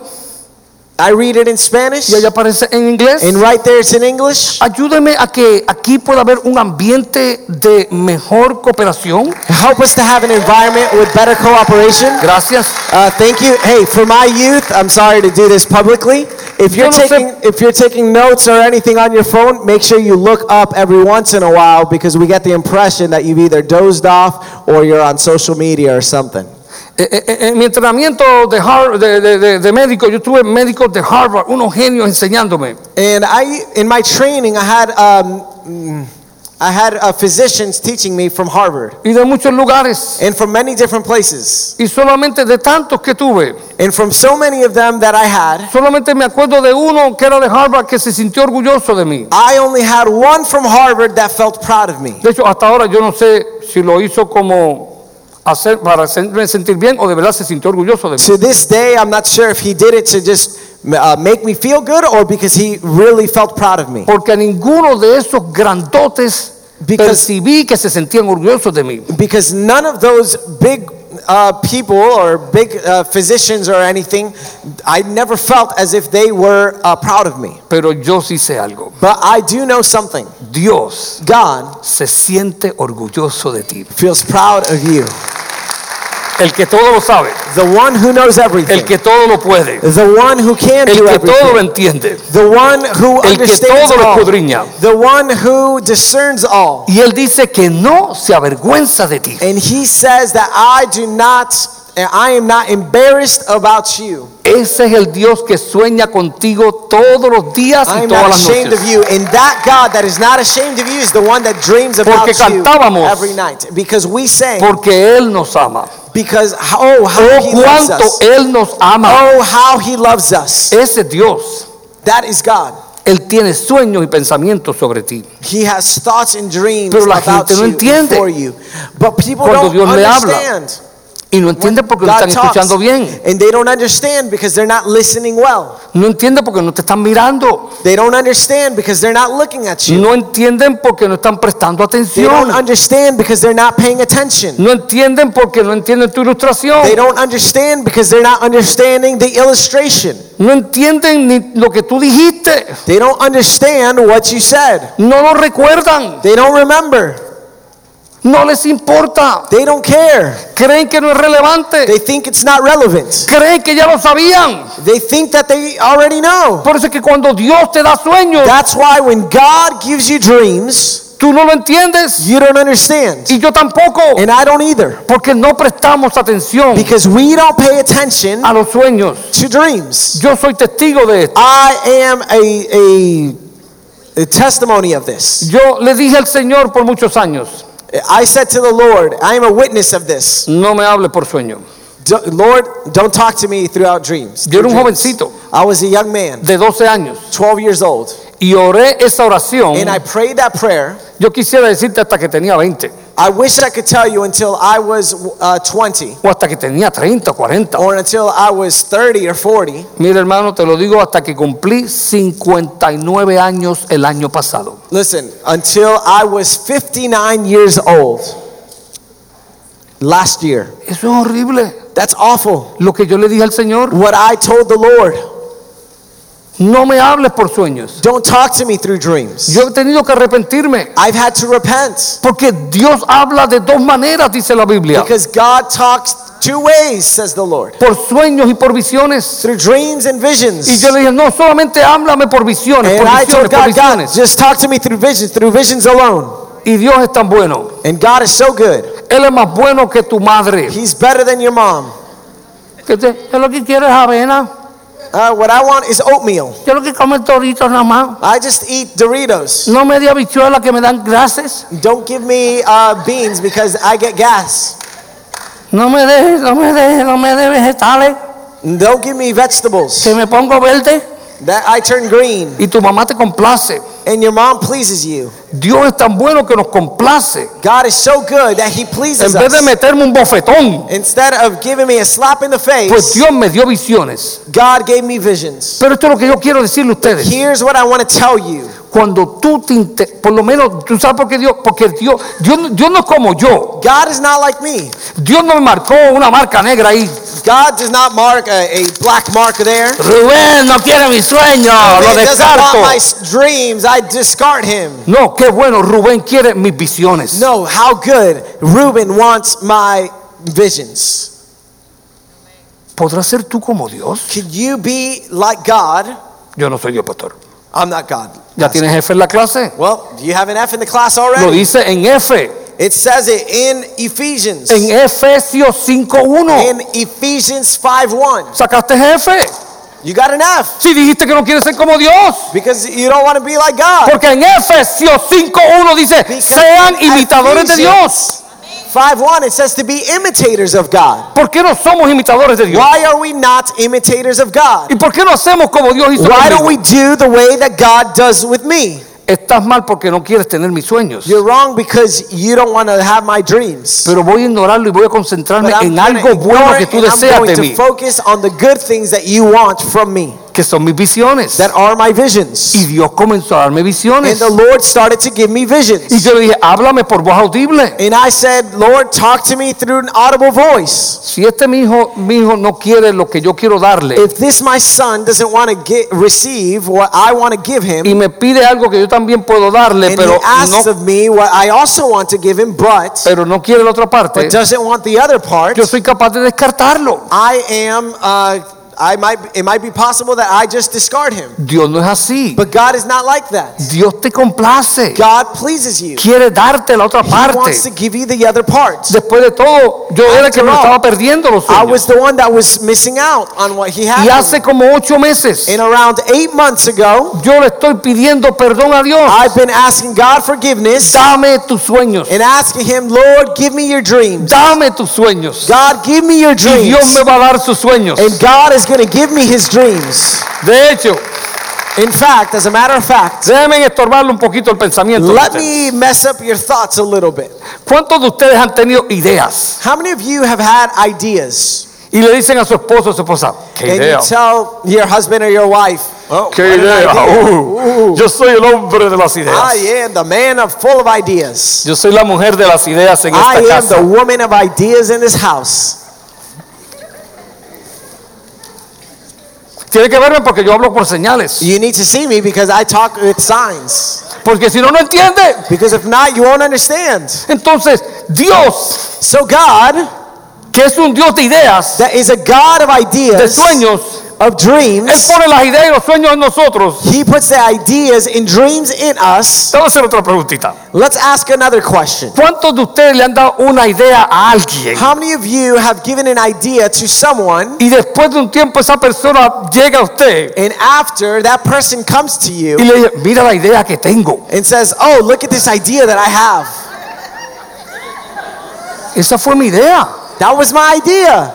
B: I read it in Spanish,
A: y ella aparece en inglés.
B: and right there it's in English.
A: Ayúdeme a que aquí pueda haber un ambiente de mejor cooperación.
B: Help us to have an environment with better cooperation.
A: Gracias.
B: Uh, thank you. Hey, for my youth, I'm sorry to do this publicly. If you're
A: Yo no sé-
B: taking if you're taking notes or anything on your phone, make sure you look up every once in a while because we get the impression that you've either dozed off or you're on social media or something.
A: Eh, eh, eh, en mi entrenamiento de, Har- de, de- de- de médico, yo tuve médicos de Harvard, unos genios enseñándome.
B: And I, in my training, I had um, mm, I had uh, physicians teaching me from Harvard
A: Y de muchos lugares.
B: and from many different places,
A: Y solamente de tantos que tuve,
B: and from so many of them that I had.
A: solamente me acuerdo de uno que era de Harvard que se sintió orgulloso de mí.
B: I only had one from Harvard that felt proud of me.
A: De hecho, hasta ahora yo no sé si lo hizo como hacer, para hacerme sentir bien o de verdad se sintió orgulloso de mí.
B: To this day, I'm not sure if he did it to just uh, make me feel good or because he really felt proud of me.
A: Porque a ninguno de esos grandotes
B: Because,
A: Percibí que se sentían orgullosos de mí.
B: because none of those big uh, people or big uh, physicians or anything, I never felt as if they were uh, proud of me.
A: Pero yo sí sé algo.
B: But I do know something
A: Dios
B: God
A: se siente orgulloso de ti.
B: feels proud of you.
A: El que todo lo sabe,
B: The one who knows everything,
A: el que todo lo puede,
B: the one who can
A: el
B: do
A: que todo
B: everything,
A: lo entiende.
B: the one who
A: que
B: understands
A: todo lo
B: all,
A: escudriña.
B: the one who discerns all.
A: Y él dice que no se avergüenza de ti.
B: And he says that I do not, I am not embarrassed about you.
A: Ese es el Dios que sueña contigo todos los días
B: I
A: y
B: am
A: todas
B: not
A: las
B: ashamed of
A: noches.
B: you. And that God that is not ashamed of you is the one that dreams about
A: Porque
B: you
A: cantábamos.
B: every night. Because we say,
A: Porque Él nos ama.
B: because how, oh, how
A: Oh,
B: he loves
A: cuánto
B: us.
A: Él nos ama.
B: Oh, how he loves us.
A: Ese Dios,
B: That is God.
A: Él tiene sueños y pensamientos sobre ti.
B: He has thoughts and dreams
A: Pero la
B: about
A: gente no
B: you and
A: entiende.
B: for you. But people
A: Cuando
B: don't
A: Dios le habla,
B: understand.
A: Y no entiende porque no
B: God
A: están
B: talks,
A: escuchando bien.
B: And they don't understand because they're not listening well.
A: No entiende porque no te están mirando.
B: They don't understand because they're not looking at you.
A: No entienden porque no están prestando
B: They don't
A: atención.
B: understand because they're not paying attention.
A: No entienden porque no entienden tu ilustración.
B: They don't understand because they're not understanding the illustration.
A: No entienden ni lo que tú dijiste.
B: They don't understand what you said.
A: No lo recuerdan.
B: They don't remember.
A: No les importa.
B: They don't care.
A: Creen que no es relevante.
B: They think it's not relevant.
A: Creen que ya lo sabían.
B: They think that they already know.
A: Por eso es que cuando Dios te da sueños,
B: That's why when God gives you dreams,
A: tú no lo entiendes.
B: you don't understand.
A: Y yo tampoco.
B: And I don't either
A: Porque no prestamos atención
B: because we don't pay attention
A: a los sueños.
B: to dreams.
A: Yo soy testigo de esto.
B: I am a, a, a testimony of this.
A: Yo le dije al Señor por muchos años,
B: I said to the Lord, I am a witness of this.
A: no me hable por sueño.
B: Do- Lord, don't talk to me throughout dreams.
A: Yo era un
B: through
A: jovencito.
B: I was a young man,
A: De 12 años.
B: 12 years old,
A: Y oré esa oración.
B: and I prayed that prayer.
A: Yo quisiera decirte hasta que tenía 20.
B: I wish I could tell you until I was uh, 20
A: O hasta que tenía 30, 40.
B: or until I was 30 or 40.
A: Mira hermano, te lo digo hasta que cumplí 59 años el año pasado.
B: Listen, until I was 59 years old last year.
A: Eso es horrible.
B: That's awful.
A: Lo que yo le dije al Señor,
B: What I told the Lord,
A: no me hables por sueños.
B: don't talk to me through dreams.
A: Yo he tenido que arrepentirme.
B: I've had to repent.
A: Porque Dios habla de dos maneras, dice la Biblia.
B: Because God talks two ways, says the Lord.
A: Por sueños y por visiones.
B: Through dreams and visions.
A: Y yo le dije, no, solamente háblame por visiones,
B: and
A: por
B: I
A: visiones, por
B: told God, God,
A: visiones.
B: just talk to me through visions, through visions alone.
A: Y Dios es tan bueno.
B: And God is so good.
A: Él es más bueno que tu madre.
B: He's better than your mom.
A: Que te- yo lo que quiero es avena.
B: Uh, what I want is oatmeal.
A: Yo lo que como es doritos nada más.
B: I just eat Doritos.
A: No media bichuela que me dan gracias.
B: Don't give me uh, beans because I get gas.
A: No me dejes, no me dejes, no me dejes vegetales.
B: Don't give me vegetables
A: Que me pongo verde.
B: that I turn green.
A: Y tu mamá te complace.
B: And your mom pleases you.
A: Dios es tan bueno que nos complace.
B: God is so good that He
A: En
B: pleases
A: vez de
B: us.
A: meterme un bofetón,
B: Instead of giving me a slap in the
A: pues
B: face,
A: Dios me dio visiones.
B: God gave me visions.
A: Pero esto es lo que yo quiero decirle a ustedes.
B: Here's what I want to tell you.
A: Cuando tú te inte- por lo menos tú sabes por qué Dios, porque Dios, Dios, no- Dios no es como yo.
B: God is not like me.
A: Dios no me marcó una marca negra ahí.
B: God does not mark a, a black mark there.
A: Rubén no quiere mi sueño, lo
B: He doesn't want
A: descarto.
B: my s- dreams. I discard him.
A: No, qué bueno, Rubén quiere mis visiones.
B: No, how good. Reuben wants my visions.
A: ¿Podrás ser tú como Dios?
B: Could you be like God?
A: Yo no soy yo, pastor.
B: I'm not God.
A: Ya tienes F en la clase.
B: Well, you have an F in the class
A: Lo
B: already.
A: dice en F,
B: It says it in Ephesians.
A: en Efesios 5:1.
B: In Ephesians 5:1.
A: ¿Sacaste F?
B: You got an F
A: Si dijiste que no quieres ser como Dios.
B: because you don't want to be like God.
A: Porque en Efesios 5.1 dice, sean imitadores de Dios.
B: 5:1 it says to be imitators of God.
A: ¿Por qué no somos imitadores de Dios?
B: Why are we not imitators of God?
A: ¿Y por qué no hacemos como Dios hizo?
B: Why don't we
A: conmigo?
B: do the way that God does with me?
A: Estás mal porque no quieres tener mis sueños.
B: You're wrong because you don't want to have my dreams.
A: Pero voy a ignorarlo y voy a concentrarme
B: But I'm
A: en
B: gonna
A: algo
B: ignore
A: bueno que
B: it
A: tú
B: and I'm
A: deseas
B: going
A: de
B: to
A: mí.
B: focus on the good things that you want from me.
A: que son mis visiones.
B: that are my
A: Y
B: visions.
A: Dios comenzó a darme
B: And
A: visiones.
B: the Lord started to give me
A: Y
B: visions.
A: yo le dije, háblame por voz audible.
B: And I said, Lord, talk to me through an audible voice.
A: Si este mi hijo, mi hijo no quiere lo que yo quiero darle
B: If this my son doesn't want to get receive what I want to give him,
A: y me pide algo que yo también puedo darle,
B: and he
A: pero
B: asks
A: no,
B: of me what I also want to give him, but
A: pero no quiere la otra parte,
B: but doesn't want the other part,
A: yo soy capaz de descartarlo.
B: I am. Uh, I might. It might be possible that I just discard him.
A: Dios no es así.
B: But God is not like that.
A: Dios te complace.
B: God pleases you.
A: Quiere darte la otra
B: He
A: parte.
B: wants to give you the other part.
A: Después de todo, yo era el que me
B: all,
A: estaba perdiendo los
B: I
A: sueños.
B: was the one that was missing out on what he had.
A: Y
B: for
A: hace
B: me.
A: como ocho meses,
B: And around eight months ago,
A: yo le estoy pidiendo perdón a Dios.
B: I've been asking God forgiveness
A: Dame tus sueños.
B: and asking Him, Lord, give me your dreams.
A: Dame tus sueños.
B: God, give me your
A: Y
B: dreams.
A: Dios me va a dar sus sueños.
B: And God is going to give me His dreams.
A: De hecho,
B: In fact, as a matter of fact,
A: déjenme estorbarle un poquito el pensamiento. de
B: let
A: ustedes.
B: me mess up your thoughts a little bit.
A: ¿Cuántos de ustedes han tenido ideas?
B: How many of you have had ideas?
A: Y le dicen a su esposo o su esposa, ¿qué
B: And
A: idea?
B: you tell your husband or your wife, oh,
A: ¿Qué
B: what an
A: idea?
B: idea.
A: Uh, yo soy el hombre de las ideas.
B: I am the man of full of ideas.
A: Yo soy la mujer de las ideas en
B: I
A: esta
B: am
A: casa.
B: the woman of ideas in this house.
A: Tiene que verme porque yo hablo por señales.
B: You need to see me because I talk with signs.
A: Porque si no, no entiende.
B: Because if not, you won't understand.
A: Entonces, Dios,
B: So God,
A: que es un Dios de ideas,
B: that is a God of
A: de
B: ideas,
A: sueños,
B: of
A: Él
B: dreams,
A: pone las ideas y los sueños en nosotros.
B: He puts the ideas and dreams in us.
A: Te voy a hacer otra preguntita.
B: Let's ask another question.
A: ¿Cuántos de ustedes le han dado una idea a alguien?
B: How many of you have given an idea to someone,
A: Y después de un tiempo esa persona llega a usted
B: and after that person comes to
A: y
B: you
A: le dice, mira la idea que tengo.
B: and says, Oh, look at this idea that I have?
A: Esa fue mi idea.
B: That was my idea.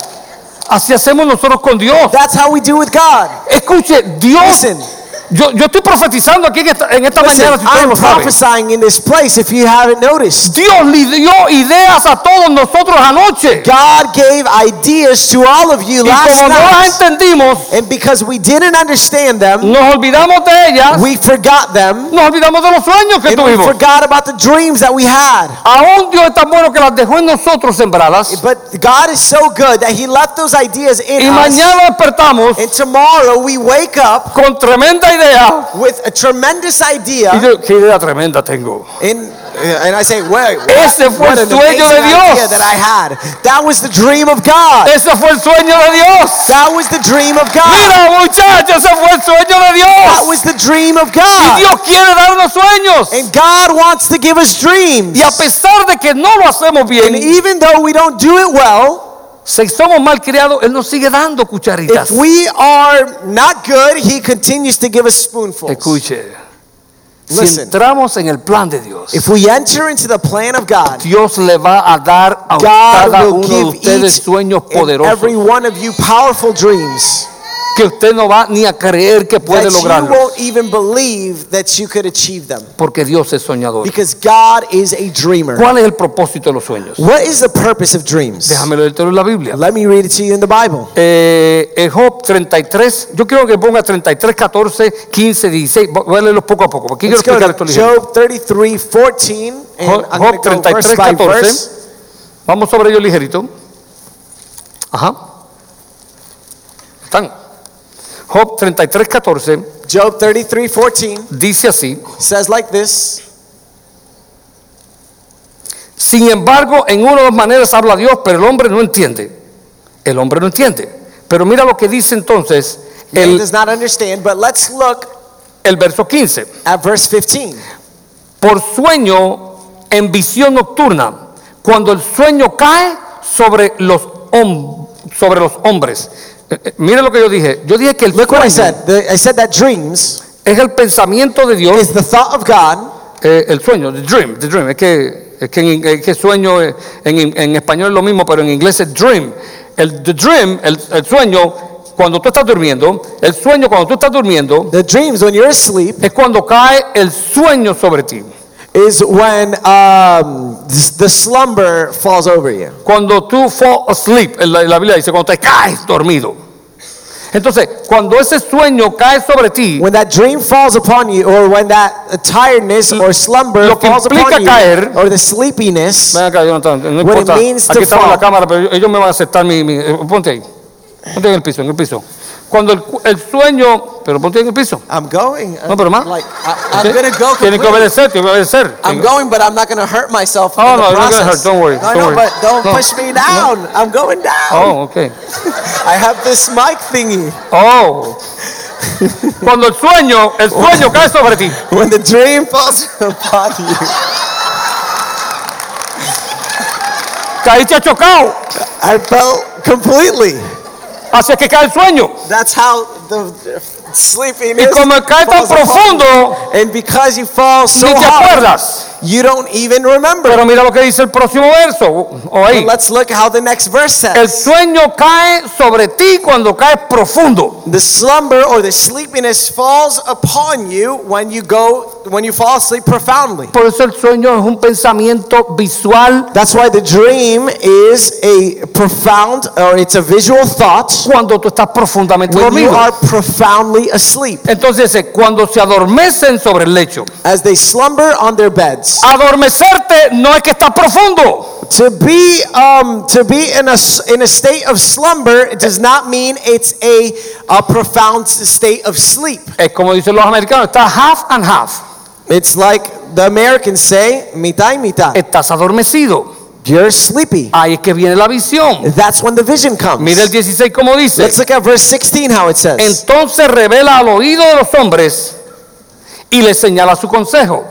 A: Así hacemos nosotros con Dios.
B: That's how we do with God.
A: Escuche, Dios,
B: Listen.
A: yo, yo estoy profetizando aquí en esta, en esta
B: Listen,
A: mañana, si usted
B: I'm
A: lo sabe.
B: prophesying in this place if you haven't noticed.
A: Dios le dio ideas a todos nosotros anoche.
B: God gave ideas to all of you
A: Y como no las
B: last night.
A: entendimos,
B: And because we didn't understand them,
A: nos olvidamos de ellas,
B: we forgot them.
A: nos olvidamos de los sueños que
B: And we
A: tuvimos.
B: forgot about the dreams that we had.
A: Aún Dios es tan bueno que las dejó en nosotros sembradas.
B: But God is so good that He left those ideas in
A: Y
B: us.
A: mañana despertamos
B: And tomorrow we wake up
A: con tremenda idea.
B: with a tremendous
A: Y
B: idea.
A: yo, qué idea tremenda tengo.
B: And, uh, and I say, wait, what,
A: Ese fue
B: what
A: el
B: an
A: sueño de
B: amazing idea
A: Dios.
B: that I had. That was the dream of God.
A: Ese fue el sueño de Dios.
B: That was the dream of God.
A: Mira, muchachos, ese fue el sueño de
B: That
A: Dios.
B: was the dream of
A: Y
B: God.
A: Dios quiere darnos sueños.
B: And God wants to give us dreams.
A: Y a pesar de que no lo hacemos
B: And
A: bien,
B: even though we don't do it well,
A: si somos mal criados, Él nos sigue dando cucharitas.
B: if we are not good, He continues to give us spoonfuls.
A: Escuche, si
B: Listen.
A: entramos en el plan de Dios,
B: If we enter into the plan of God,
A: Dios le va a dar a
B: God
A: cada
B: will
A: uno de
B: give
A: ustedes
B: each
A: sueños
B: and
A: poderosos
B: every one of you powerful dreams
A: que usted no va ni a creer que puede
B: that you
A: lograrlo,
B: won't even believe that you could achieve them.
A: porque Dios es soñador.
B: Because God is a dreamer.
A: ¿Cuál es el propósito de los sueños?
B: What is the purpose of dreams?
A: Déjame leerlo en la Biblia.
B: Let me read it to you in the Bible.
A: Eh, en Job 33, yo quiero que ponga 33, 14, 15, 16. Voy a leerlos poco a poco. Aquí quiero
B: Let's go
A: explicar esto
B: to
A: ligero.
B: Job 33, 14, and
A: Jo- Job
B: I'm going to go verse by
A: 33,
B: verse.
A: 14. Vamos sobre ello ligerito. Ajá. Están. Job 33, 14
B: Job 33, 14
A: dice así.
B: says like this.
A: Sin embargo, en una de las maneras habla Dios, pero el hombre no entiende. El hombre no entiende. Pero mira lo que dice entonces
B: Man
A: el,
B: does not understand, but let's look
A: el verso 15.
B: at verse 15.
A: Por sueño, en visión nocturna, cuando el sueño cae sobre los, hom- sobre los hombres. Eh, eh, mire lo que yo dije. Yo dije que el
B: Look what
A: sueño
B: I said. The- I said that dreams
A: es el pensamiento de Dios.
B: is the thought of God.
A: Eh, el sueño, the dream, the dream. Es que, es que, en, es que sueño eh, en, en español es lo mismo, pero en inglés es dream. El the dream, el, el sueño, cuando tú estás durmiendo, el sueño cuando tú estás durmiendo
B: The dreams when you're asleep
A: es cuando cae el sueño sobre ti.
B: is when um, s- the slumber falls over you.
A: Cuando tú fall asleep, en la, en la Biblia dice, cuando te caes dormido. Entonces, cuando ese sueño cae sobre ti,
B: When that dream falls upon you, or when that tiredness or slumber
A: Lo que
B: falls upon
A: implica
B: you,
A: caer-
B: or the sleepiness,
A: Ven acá, Jonathan, no
B: What it
A: importa.
B: means to
A: Aquí estamos en la
B: fall.
A: cámara, pero ellos me van a aceptar mi, mi- eh, Ponte ahí. Ponte en el piso, en el piso. Cuando el, cu- el sueño. Pero ponte en el piso.
B: I'm going.
A: No, pero más.
C: Like, I, I'm going to go
A: Tienes que
C: completely.
A: obedecer, tienes que obedecer.
C: I'm going, but I'm not going to hurt myself
A: Oh,
C: in
A: no,
C: the
A: you're not gonna
C: process.
A: hurt. Don't worry.
B: No,
A: Don't
B: no,
A: worry.
B: but don't
A: No.
B: push me down. I'm going down.
A: Oh, ok.
B: I have this mic thingy.
A: Oh. Cuando el sueño, el sueño cae sobre ti.
B: When the dream falls upon you,
A: Caíste achocado.
B: I fell completely.
A: Así es que cae el sueño.
B: That's how the sleepiness.
A: Y como cae tan
B: falls upon
A: profundo,
B: you. and because you fall so
A: ni te
B: hard,
A: acuerdas.
B: you don't even remember.
A: Pero mira lo que dice el próximo verso. O ahí.
B: But let's look how the next verse says.
A: El sueño cae sobre ti cuando caes profundo.
B: The slumber or the sleepiness falls upon you when you go when you fall asleep profoundly.
A: Por eso el sueño es un pensamiento visual
B: That's why the dream is a profound or it's a visual thought
A: cuando tú estás profundamente
B: when you
A: dormido.
B: are profoundly asleep
A: Entonces, eh, cuando se adormecen sobre el lecho,
B: as they slumber on their beds.
A: adormecerte no es que estás profundo.
B: To be um to be in a s- in a state of slumber does not mean it's a, a profound s- state of sleep.
A: Es como dicen los americanos, estás half and half.
B: It's like the Americans say mitad y mitad.
A: Estás adormecido.
B: You're sleepy.
A: Ahí es que viene la visión.
B: That's when the vision comes.
A: Mira el 16 como dice.
B: Let's look at verse 16 how it says.
A: Entonces revela al oído de los hombres y les señala su consejo.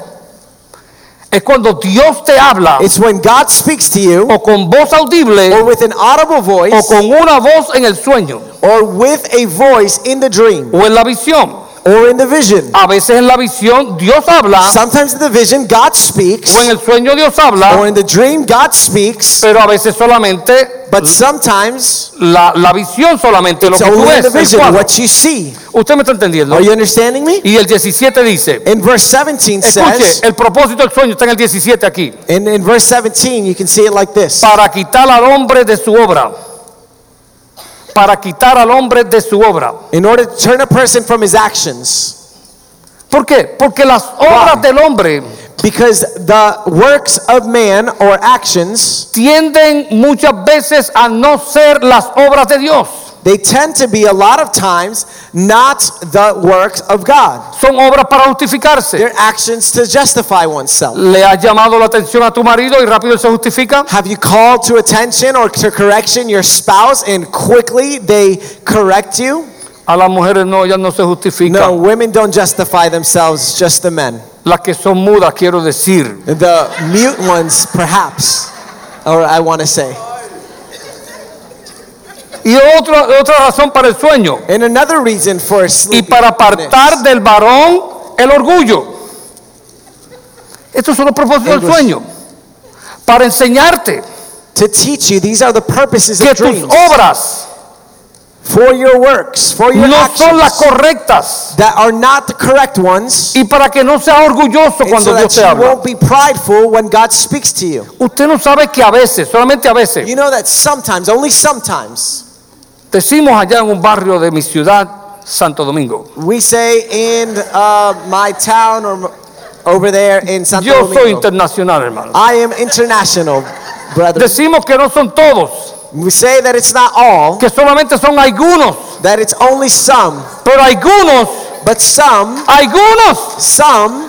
A: Es cuando Dios te habla
B: It's when God speaks to you
A: o con voz audible
B: or with an audible
A: o
B: voice
A: con una voz en el sueño
B: or with a voice in the dream
A: o en la visión.
B: or in the vision.
A: A veces en la visión Dios habla
B: Sometimes in the vision God speaks
A: o en el sueño Dios
B: or
A: habla,
B: in the dream God speaks,
A: pero a veces solamente
B: but sometimes
A: la, la visión solamente lo
B: it's
A: que tú
B: only
A: ves.
B: in the
A: el
B: vision
A: cuadro.
B: what you see.
A: Usted me está entendiendo.
B: Are you understanding me?
A: Y el 17 dice,
B: In verse 17
A: escuche,
B: says
A: el propósito del sueño está en el 17 aquí,
B: and in verse 17 you can see it like this.
A: para quitar al hombre de su obra. Para quitar al hombre de su obra.
B: In order to turn a person from his actions
A: ¿Por qué? Porque las obras del hombre
B: because the works of man or actions
A: tienden muchas veces a no ser las obras de Dios.
B: They tend to be a lot of times not the works of God.
A: son obras para justificarse.
B: They're actions to justify oneself.
A: Le has llamado la atención a tu marido y rápido él se justifica.
B: Have you called to attention or to correction your spouse and quickly they correct you?
A: A las mujeres no, ellas no se
B: No,
A: justifican.
B: women don't justify themselves, just the men.
A: Las que son mudas, quiero decir.
B: The mute ones, perhaps, or I want to say.
A: Y otra, otra razón para el sueño.
B: And another reason for
A: Y
B: sleep
A: para apartar del varón el orgullo. Estos son los propósitos del
B: English.
A: sueño. Para enseñarte
B: to teach you, these are the purposes
A: que
B: of
A: tus
B: dreams
A: obras
B: for your works, for your
A: no son las
B: actions
A: correctas.
B: that are not the correct ones.
A: Y para que no seas orgulloso
B: And so
A: cuando
B: that
A: Dios te
B: you
A: habla.
B: won't be prideful when God speaks to you.
A: Usted no sabe que a veces, solamente a veces,
B: You know that sometimes, only sometimes,
A: Decimos allá en un barrio de mi ciudad, Santo Domingo.
B: we say in uh, my town or m- over there in Santo
A: Yo soy
B: Domingo,
A: internacional, hermano.
B: I am international, brother.
A: Decimos que no son todos,
B: We say that it's not all,
A: que solamente son algunos,
B: that it's only some,
A: pero algunos,
B: but some,
A: algunos,
B: some,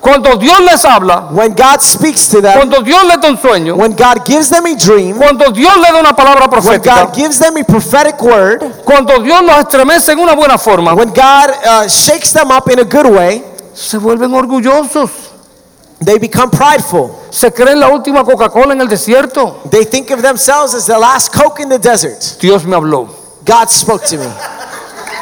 A: cuando Dios les habla,
B: when God speaks to them,
A: cuando Dios les da un sueño,
B: when God gives them a dream,
A: cuando Dios les da una palabra
B: when
A: profética,
B: God gives them a prophetic word,
A: cuando Dios los estremece en una buena forma,
B: when God uh, shakes them up in a good way,
A: se vuelven orgullosos,
B: they become prideful.
A: se creen la última Coca-Cola en el desierto.
B: They think of themselves as the last coke in the desert.
A: Dios me habló.
B: God spoke to me.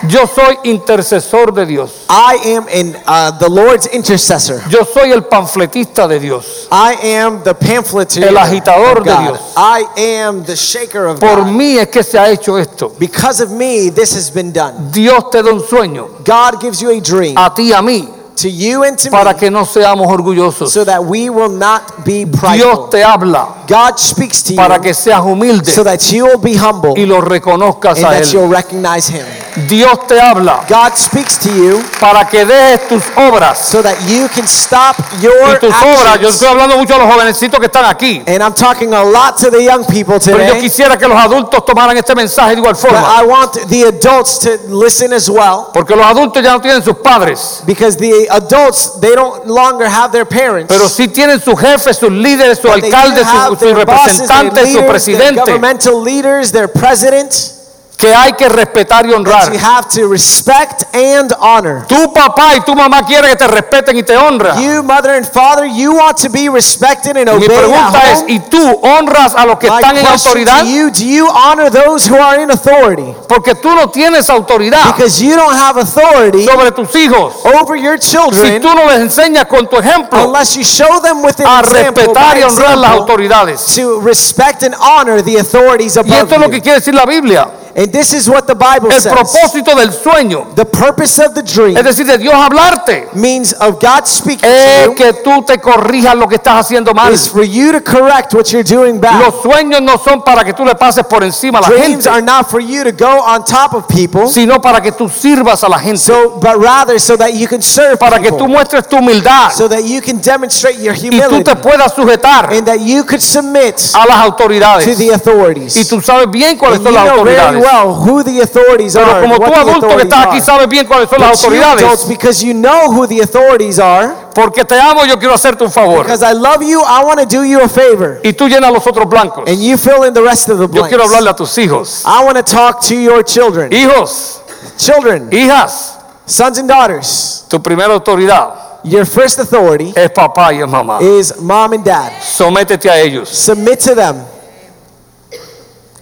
A: Yo soy intercesor de Dios.
B: I am in uh, the Lord's intercessor.
A: Yo soy el panfletista de Dios.
B: I am the pamphleteer.
A: El agitador
B: of
A: de
B: God.
A: Dios.
B: I am the shaker of
A: Por
B: God.
A: mí es que se ha hecho esto.
B: Because of me, this has been done.
A: Dios te da un sueño,
B: God gives you a dream.
A: a ti, a mí,
B: to you and to
A: Ah, para
B: me
A: que no seamos orgullosos.
B: so that we will not be
A: Dios
B: prideful.
A: te habla
B: God speaks to
A: para
B: you
A: que seas humilde
B: so that you will be humble
A: y
B: and
A: lo reconozcas a
B: that
A: Él.
B: you'll recognize Him.
A: Dios te habla
B: God speaks to you
A: para que dejes tus obras.
B: so that you can stop your
A: Y tus obras, yo
B: actions.
A: estoy hablando mucho a los jovencitos que están aquí,
B: And I'm talking a lot to the young people
A: pero yo
B: today,
A: quisiera que los adultos tomaran este mensaje de igual
B: but
A: forma,
B: I want the adults to listen as well
A: porque los adultos ya no tienen sus padres,
B: because the adults, they don't longer have their parents.
A: pero sí tienen sus jefes, sus líderes, sus
B: But they do
A: alcaldes,
B: have
A: sus, sus
B: their bosses, their
A: representantes, su
B: leaders, their
A: presidente,
B: governmental leaders, their president,
A: que hay que respetar y honrar.
B: that you have to respect and honor.
A: Tu papá y tu mamá quieren que te respeten y te honran.
B: You, mother and father, you want to be respected and
A: Mi
B: obeyed at
A: pregunta es,
B: home.
A: ¿y tú honras a los que
B: My
A: están en
B: question
A: autoridad?
B: to you, do you honor those who are in authority?
A: Porque tú no tienes autoridad
B: Because you don't have authority
A: sobre tus hijos
B: over your
A: si
B: children
A: tú no les enseñas con tu ejemplo
B: unless you show them with an
A: a
B: example,
A: respetar
B: by
A: y honrar las
B: example
A: autoridades.
B: to respect and honor the authorities
A: Y
B: above
A: esto es lo que
B: you.
A: quiere decir la Biblia.
B: And this is what the Bible
A: El
B: says.
A: propósito del sueño,
B: The purpose of the dream
A: es decir, de Dios hablarte,
B: means of God speaking
A: es
B: to you
A: que tú te corrijas lo que estás haciendo mal.
B: is for you to correct what you're doing bad.
A: Los sueños no son para que tú le pases por encima a la
B: Dreams
A: gente,
B: are not for you to go on top of people,
A: sino para que tú sirvas a la gente,
B: so but rather so that you can serve
A: para que
B: people,
A: tú muestres tu humildad
B: so that you can demonstrate your
A: y tú
B: humility
A: te puedas sujetar
B: and that you could submit
A: a las
B: to
A: autoridades.
B: the authorities.
A: Y tú sabes bien cuáles
B: and you
A: son las
B: know very
A: autoridades.
B: well who the authorities
A: Pero
B: are. and
A: como
B: what
A: tú
B: the
A: adulto que
B: authorities
A: estás aquí
B: are.
A: sabes bien cuáles son
B: But
A: las
B: you adults,
A: autoridades,
B: because you know who the authorities are,
A: porque te amo, yo quiero hacerte un favor.
B: because I love you, I want to do you a favor.
A: Y tú llenas los otros blancos.
B: And you fill in the rest of the
A: Yo quiero
B: blanks.
A: hablarle a tus hijos.
B: I want to talk to your children.
A: Hijos,
B: Children,
A: hijas,
B: sons and daughters,
A: tu primera autoridad
B: your first authority
A: es papá y es mamá.
B: is mom and dad.
A: Sométete a ellos.
B: Submit to them.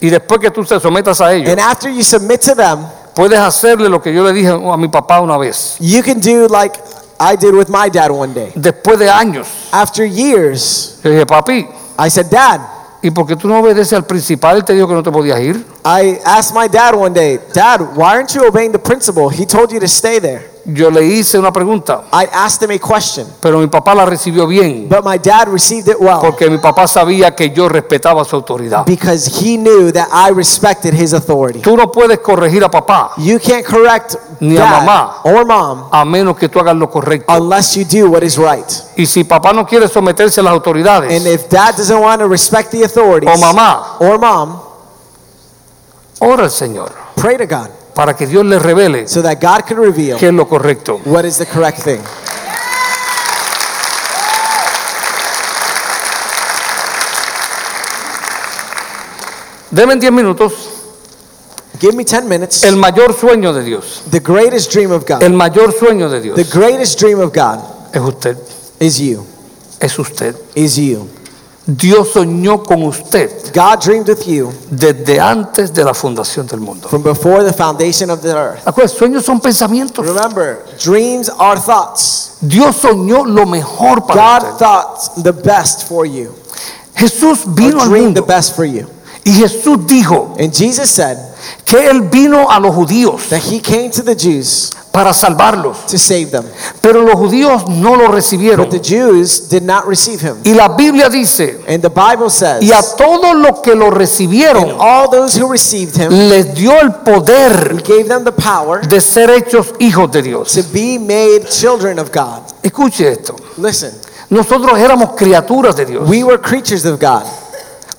A: Y después que tú te sometas a ellos,
B: And after you submit to them,
A: puedes hacerle lo que yo le dije a mi papá una vez.
B: you can do like I did with my dad one day.
A: Después de años,
B: After years,
A: le dije, papi,
B: I said, Dad,
A: ¿y por qué tú no obedeces al principal? Él te dijo que no te podías ir.
B: I asked my dad one day, Dad, why aren't you obeying the principal? He told you to stay there.
A: Yo le hice una pregunta,
B: I asked him a question,
A: pero mi papá la recibió bien.
B: but my dad received it well.
A: Porque mi papá sabía que yo respetaba su autoridad.
B: because he knew that I respected his authority.
A: Tú no puedes corregir a papá
B: You can't correct
A: Ni a
B: dad
A: mamá.
B: or mom
A: a menos que tú hagas lo correcto.
B: unless you do what is right.
A: Y si papá no quiere someterse a las
B: And
A: autoridades
B: if dad doesn't want to respect the authorities
A: o mamá,
B: or mom,
A: ora al Señor
B: pray to God
A: para que Dios le revele
B: so that God can reveal
A: qué es lo correcto.
B: what is the correct thing.
A: Deben 10 minutos.
B: Give me 10 minutes.
A: El mayor sueño de Dios,
B: the greatest dream of God.
A: el mayor sueño de Dios
B: the greatest dream of God
A: es usted,
B: is you.
A: es usted.
B: Is you.
A: Dios soñó con usted
B: God dreamed with you
A: desde antes de la fundación del mundo.
B: from before the foundation of the earth.
A: Acuérdense, sueños son pensamientos.
B: Remember, dreams are thoughts.
A: Dios soñó lo mejor para
B: God
A: usted.
B: thought the best for you.
A: Jesús
B: He
A: vino al
B: dreamed the
A: mundo
B: best for you.
A: y Jesús dijo,
B: And Jesus said
A: que él vino a los judíos
B: that he came to the Jews
A: para salvarlos,
B: to save them.
A: pero los judíos no lo recibieron.
B: But the Jews did not receive him.
A: Y la Biblia dice,
B: And the Bible says,
A: y a todos los que lo
B: and
A: recibieron,
B: all those who received him,
A: les dio el
B: he
A: poder
B: gave them the power
A: de ser hechos hijos de Dios.
B: to be made children of God.
A: Escuche esto,
B: Listen,
A: nosotros éramos criaturas de Dios.
B: we were creatures of God.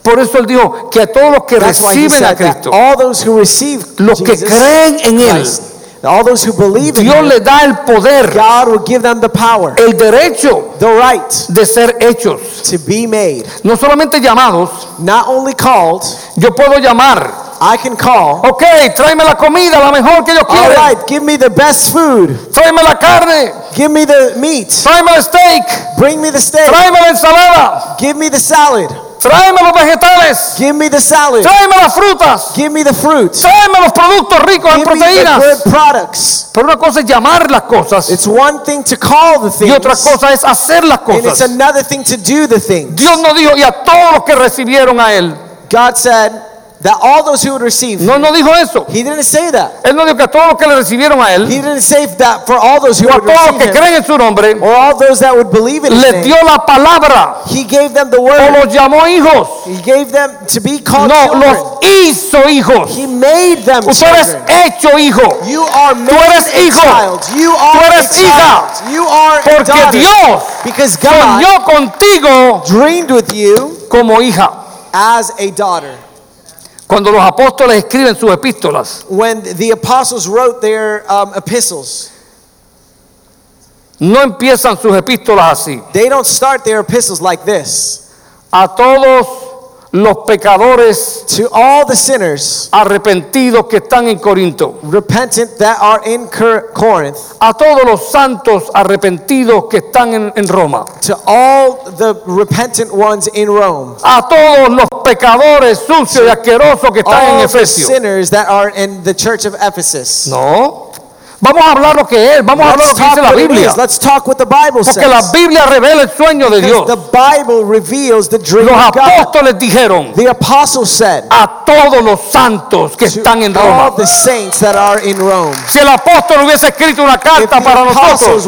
A: Por eso él dijo que a todos los que
B: That's why he
A: reciben
B: said
A: a
B: that
A: Cristo,
B: Oh, all those who receive
A: Los que
B: Jesus
A: creen en él.
B: Christ, all those who believe in
A: Dios
B: him,
A: le da el poder,
B: God will give them the power,
A: el derecho
B: the right
A: de ser hechos.
B: to be made.
A: No solamente llamados,
B: Not only called,
A: yo puedo llamar,
B: I can call.
A: ok, tráeme la comida, la mejor que yo
B: All
A: quiera.
B: right, give me the best food.
A: tráeme la carne,
B: Give me the meat.
A: tráeme el steak,
B: Bring me the steak.
A: tráeme la ensalada,
B: Give me the salad.
A: tráeme los vegetales,
B: Give me the salad.
A: tráeme las frutas,
B: Give me the fruit.
A: tráeme los productos ricos en
B: Give me the
A: proteínas.
B: good products.
A: Pero una cosa es llamar las cosas
B: It's one thing to call the
A: y
B: things,
A: otra cosa es hacer las
B: and it's
A: cosas.
B: another thing to do the things.
A: Dios no dijo, y a todos los que recibieron a Él,
B: God said, That all those who would receive.
A: No, no dijo eso.
B: He didn't say that.
A: Él no dijo que a todos los que le recibieron a
B: He
A: él,
B: didn't say that for all those who
A: o a
B: would
A: todos los
B: receive
A: que
B: him,
A: creen en su nombre,
B: or all those that would believe in his
A: les
B: name.
A: dio la palabra
B: He gave them the
A: o
B: word.
A: los llamó hijos.
B: He gave them to be called
A: No,
B: children.
A: los hizo hijos.
B: He made them
A: Tú eres
B: children.
A: hecho hijo.
B: You are made
A: eres
B: a
A: hijo.
B: child. You are
A: eres
B: a child. You are a
A: Porque
B: daughter.
A: Dios
B: because God
A: Soñó contigo
B: dreamed with you
A: como hija.
B: as a daughter.
A: Cuando los apóstoles escriben sus epístolas,
B: When the apostles wrote their um, epistles,
A: no empiezan sus epístolas así.
B: they don't start their epistles like this.
A: A todos los pecadores
B: To all the sinners,
A: arrepentidos que están en Corinto,
B: repentant that are in Cor- Corinth,
A: a todos los santos arrepentidos que están en, en Roma,
B: to all the repentant ones in Rome,
A: a todos los pecadores sucios y asquerosos que están en
B: all the
A: Efesios.
B: sinners that are in the church of Ephesus.
A: No. Vamos a hablar lo que es, vamos a hablar lo
B: Let's
A: que
B: talk
A: dice la
B: what it
A: Biblia.
B: is. Let's talk what the Bible
A: Porque la
B: says.
A: Biblia revela el sueño de
B: Because
A: Dios.
B: the Bible reveals the dream
A: Los
B: of God.
A: apóstoles dijeron,
B: The apostles said
A: a todos los santos que
B: to
A: están en
B: all
A: Roma.
B: the saints that are in Rome.
A: Si el apóstol hubiese escrito una
B: If
A: carta
B: the
A: para
B: apostles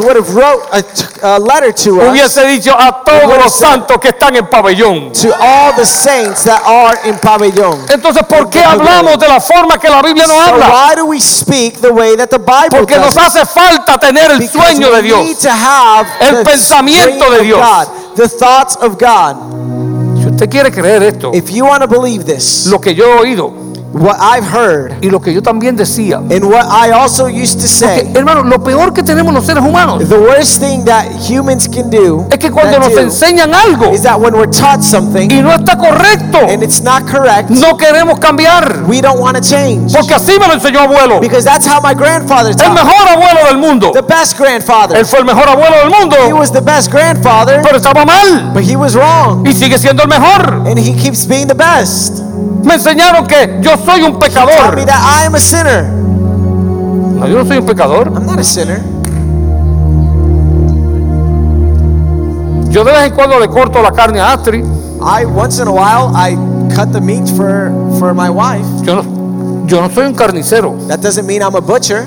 A: nosotros,
B: would have wrote a, t- a letter to us,
A: hubiese dicho a todos
B: Hubiese-
A: los santos que están en pabellón.
B: to all the saints that are in Pabellon.
A: Entonces, ¿por qué
B: Hubiese-
A: hablamos de la forma que la Biblia nos
B: So
A: habla?
B: why do we speak the way that the Bible
A: Porque nos
B: does?
A: hace falta tener el
B: Because
A: sueño de
B: we need
A: Dios.
B: to have
A: El
B: the
A: pensamiento
B: dream
A: de
B: of
A: Dios.
B: God, the thoughts of God.
A: Si usted quiere creer esto,
B: If you want to believe this,
A: lo que yo he oído
B: what I've heard
A: y lo que yo también decía,
B: and what I also used to say.
A: que, hermano, lo peor que tenemos los seres humanos
B: The worst thing that humans can do
A: es que cuando
B: that
A: nos
B: do,
A: enseñan algo
B: is that when we're taught something
A: y no está correcto,
B: and it's not correct,
A: no queremos cambiar,
B: we don't want to change.
A: porque así me lo enseñó abuelo.
B: Because that's how my grandfather
A: El
B: taught.
A: mejor abuelo del mundo.
B: The best grandfather.
A: Él fue el mejor abuelo del
B: He
A: mundo,
B: was the best grandfather,
A: pero estaba mal
B: but he was wrong.
A: y sigue siendo el mejor.
B: And he keeps being the best.
A: Me enseñaron que yo soy un
B: Taught me
A: pecador.
B: that I am a sinner.
A: No, yo no soy un pecador.
B: I'm not a sinner.
A: Yo de vez en cuando le corto la carne a Astri.
B: I once in a while I cut the meat for for my wife.
A: Yo no, yo no soy un carnicero.
B: That doesn't mean I'm a butcher.